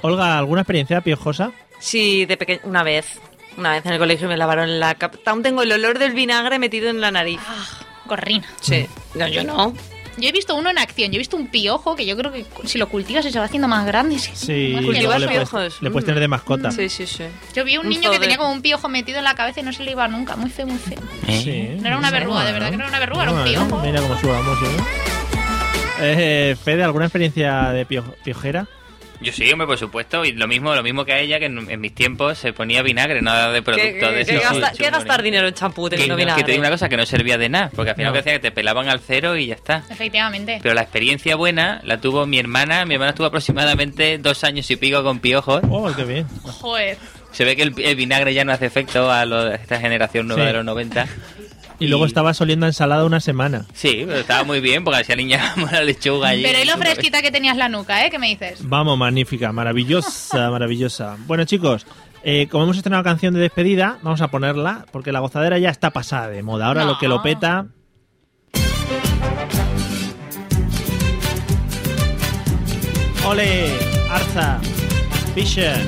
Speaker 1: Olga, ¿alguna experiencia piojosa?
Speaker 3: Sí, de pequeña. Una vez. Una vez en el colegio me lavaron la capa. Aún tengo el olor del vinagre metido en la nariz.
Speaker 2: Ah, Corrina.
Speaker 3: Sí. No, yo no.
Speaker 2: Yo he visto uno en acción, yo he visto un piojo que yo creo que cu- si lo cultivas se va haciendo más grande. y se-
Speaker 1: Sí,
Speaker 2: más
Speaker 1: luego
Speaker 2: asqueroso.
Speaker 1: le puedes,
Speaker 3: piojos.
Speaker 1: le puedes tener de mascota.
Speaker 3: Sí, sí, sí.
Speaker 2: Yo vi un
Speaker 3: Un
Speaker 2: niño que
Speaker 3: zoder.
Speaker 2: tenía como un piojo metido en la cabeza y no se le iba nunca, muy feo, muy feo.
Speaker 4: ¿Eh?
Speaker 1: Sí.
Speaker 2: ¿Eh? No era una verruga, de verdad que no era una verruga, era un
Speaker 1: Bueno,
Speaker 2: piojo.
Speaker 1: Mira cómo suba la música. Eh, Fede, ¿alguna experiencia de pio- piojera?
Speaker 4: Yo sí, hombre, por supuesto. Y lo mismo, lo mismo que a ella, que en, en mis tiempos se ponía vinagre, nada de
Speaker 3: ¿Qué,
Speaker 4: productos de
Speaker 3: qué- qué
Speaker 4: esos
Speaker 3: gasta-
Speaker 4: chungos,
Speaker 3: qué gastar dinero en champú
Speaker 4: Que,
Speaker 3: teniendo
Speaker 4: no- que te digo
Speaker 3: vinagre?
Speaker 4: una cosa, que no servía de nada, porque al final
Speaker 1: No.
Speaker 4: lo que hacía era que te pelaban al cero y ya está.
Speaker 2: Efectivamente.
Speaker 4: Pero la experiencia buena la tuvo mi hermana. Mi hermana estuvo aproximadamente dos años y pico con piojos.
Speaker 1: Oh, qué bien.
Speaker 2: Joder.
Speaker 4: Se ve que el, el vinagre ya no hace efecto a, lo- a esta generación nueva
Speaker 1: Sí.
Speaker 4: de los 90.
Speaker 1: Y luego estabas oliendo a ensalada una semana.
Speaker 4: Sí, pero estaba muy bien porque hacía niña [LAUGHS] la lechuga allí.
Speaker 2: Pero y lo fresquita que tenías la nuca, ¿eh? ¿Qué me dices?
Speaker 1: Vamos, magnífica, maravillosa, maravillosa. Bueno, chicos, eh, como hemos estrenado canción de despedida, vamos a ponerla, porque la gozadera ya está pasada de moda. Ahora lo que lo
Speaker 2: No.
Speaker 1: peta. ¡Ole! Arza, Fisher.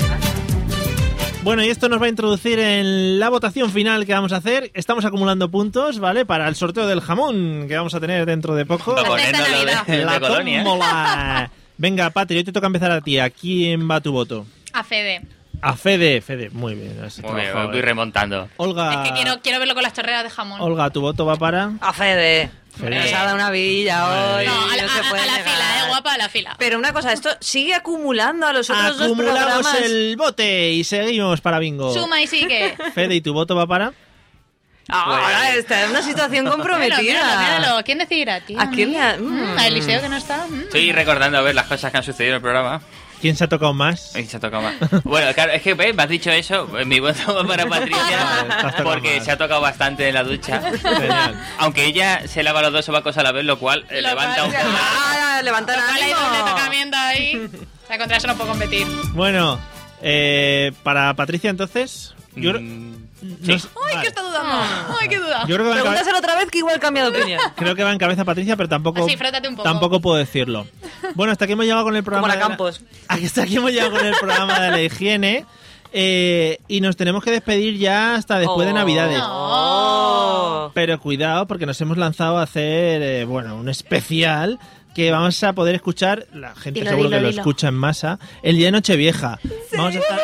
Speaker 1: Bueno, y esto nos va a introducir en la votación final que vamos a hacer. Estamos acumulando puntos, ¿vale? Para el sorteo del jamón que vamos a tener dentro de poco.
Speaker 4: Para ponernos [LAUGHS] lo de- de,
Speaker 1: La
Speaker 4: colonia. ¿eh?
Speaker 1: tómbola. [LAUGHS] Venga, Patri, hoy te toca empezar a ti. ¿A quién va tu voto?
Speaker 2: A Fede.
Speaker 1: A Fede, Fede. Muy bien. has
Speaker 4: Muy bien,
Speaker 1: trabajado,
Speaker 4: voy
Speaker 1: eh.
Speaker 4: remontando.
Speaker 1: Olga,
Speaker 2: Es que quiero, quiero verlo con las chorreras de jamón.
Speaker 1: Olga, tu voto va para.
Speaker 3: A Fede.
Speaker 1: Fede.
Speaker 3: Nos ha dado una vidilla hoy.
Speaker 2: No, a la,
Speaker 3: no
Speaker 2: a-
Speaker 3: se
Speaker 2: a
Speaker 3: puede
Speaker 2: la
Speaker 3: negar.
Speaker 2: fila, ¿eh? Guapa, a la fila.
Speaker 3: Pero una cosa, esto sigue acumulando a los otros dos
Speaker 1: Acumulamos
Speaker 3: programas.
Speaker 1: el bote y seguimos para bingo.
Speaker 2: Suma y sigue.
Speaker 1: Fede, ¿y tu voto va para?
Speaker 3: Ahora está en una situación comprometida.
Speaker 2: Míralo, míralo, míralo. ¿Quién decidirá, tío?
Speaker 3: ¿A quién le ha-
Speaker 2: Mm, a Eliseo que no está. Mm.
Speaker 4: Estoy recordando a ver las cosas que han sucedido en el programa.
Speaker 1: ¿Quién se ha tocado más?
Speaker 4: Y se ha tocado más. Bueno, claro, es que ¿ves? me has dicho eso. pues Mi voto [LAUGHS] va
Speaker 1: [LAUGHS]
Speaker 4: para
Speaker 1: te has
Speaker 4: Patricia
Speaker 1: tocado
Speaker 4: porque
Speaker 1: más.
Speaker 4: se ha tocado bastante en la ducha.
Speaker 1: Genial.
Speaker 4: Aunque ella se lava los dos sobacos a la vez, lo cual eh,
Speaker 2: Lo
Speaker 4: levanta
Speaker 2: cual-
Speaker 4: un poco.
Speaker 3: Ah, levanta el
Speaker 2: Vale, hay doble
Speaker 3: ánimo.
Speaker 2: tocamiento ahí. O sea, contra eso no puedo competir.
Speaker 1: Bueno, Eh, para Patricia, entonces.
Speaker 4: Mm,
Speaker 1: Yo, creo- no sé-
Speaker 3: ¡Ay, que está dudando!
Speaker 2: Mm.
Speaker 3: ¡Ay, qué duda!
Speaker 1: Yo creo que-
Speaker 3: Pregúntaselo otra vez que igual cambia de opinión.
Speaker 1: creo que va en cabeza Patricia, pero tampoco,
Speaker 3: Así, frótate un poco.
Speaker 1: tampoco puedo decirlo. Bueno, hasta aquí hemos llegado con el programa.
Speaker 3: Como la
Speaker 1: de la-
Speaker 3: Campos.
Speaker 1: [LAUGHS] Hasta aquí hemos llegado con el programa de la higiene. eh, y nos tenemos que despedir ya hasta después de
Speaker 3: Oh.
Speaker 1: Navidades.
Speaker 3: No.
Speaker 1: Pero cuidado, porque nos hemos lanzado a hacer, eh, bueno, un especial que vamos a poder escuchar, la gente
Speaker 10: Dilo,
Speaker 1: seguro
Speaker 10: dilo,
Speaker 1: que lo
Speaker 10: dilo.
Speaker 1: escucha en masa, el día de Nochevieja. Vamos a estar...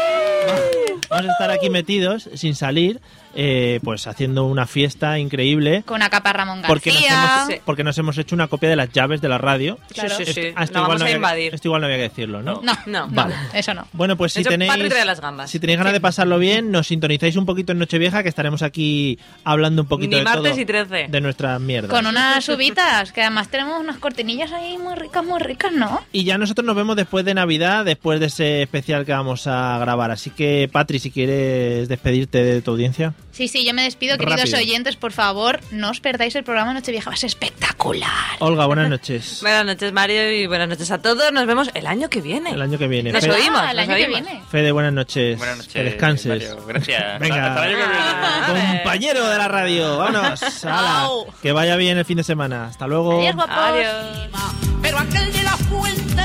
Speaker 1: Vamos a estar aquí metidos, sin salir, eh, pues haciendo una fiesta increíble.
Speaker 2: Con una capa Ramón García.
Speaker 1: Porque nos, hemos, porque nos hemos hecho una copia de las llaves de la radio.
Speaker 2: Claro. Sí, sí, sí.
Speaker 1: ah,
Speaker 3: La vamos
Speaker 1: no había
Speaker 3: a
Speaker 1: que-
Speaker 3: invadir.
Speaker 1: esto igual no había que decirlo, ¿no?
Speaker 3: No, no,
Speaker 1: Vale.
Speaker 2: Eso no.
Speaker 1: Bueno, pues si
Speaker 3: Eso,
Speaker 1: tenéis,
Speaker 3: Patri trae las gambas.
Speaker 1: si tenéis ganas de pasarlo bien, nos sintonizáis un poquito en Nochevieja, que estaremos aquí hablando un poquito
Speaker 3: Ni
Speaker 1: de
Speaker 3: martes
Speaker 1: todo,
Speaker 3: y 13.
Speaker 1: de nuestras mierdas.
Speaker 2: Con unas uvitas, que además tenemos unas cortinillas ahí muy ricas, muy ricas, ¿no?
Speaker 1: Y ya nosotros nos vemos después de Navidad, después de ese especial que vamos a grabar. Así que, Patri, si quieres despedirte de tu audiencia.
Speaker 2: Sí, sí, yo me despido, queridos
Speaker 1: Rápido.
Speaker 2: oyentes, por favor, no os perdáis el programa Nochevieja, va a ser espectacular.
Speaker 1: Olga, buenas
Speaker 3: [LAUGHS]
Speaker 1: noches.
Speaker 3: Buenas noches, Mario, y buenas noches a todos. Nos vemos el año que viene.
Speaker 1: El año que viene.
Speaker 3: Nos
Speaker 1: Fede-
Speaker 3: oímos,
Speaker 2: Ah, el
Speaker 3: nos
Speaker 2: año que
Speaker 3: oímos.
Speaker 2: viene.
Speaker 1: Fede, buenas noches.
Speaker 4: Buenas noches,
Speaker 1: Que descanses.
Speaker 4: Mario. Gracias.
Speaker 1: [LAUGHS] Venga.
Speaker 4: Hasta el año que viene.
Speaker 1: Compañero de la radio, vámonos. Ala.
Speaker 13: Au.
Speaker 1: que vaya bien el fin de semana. Hasta luego.
Speaker 13: Adiós, guapos. Pero aquel de la fuente,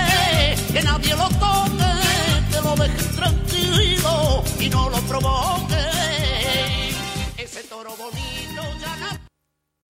Speaker 13: que nadie lo toque, que lo dejen tranquilo y no lo provoque. Ese toro bonito ya no-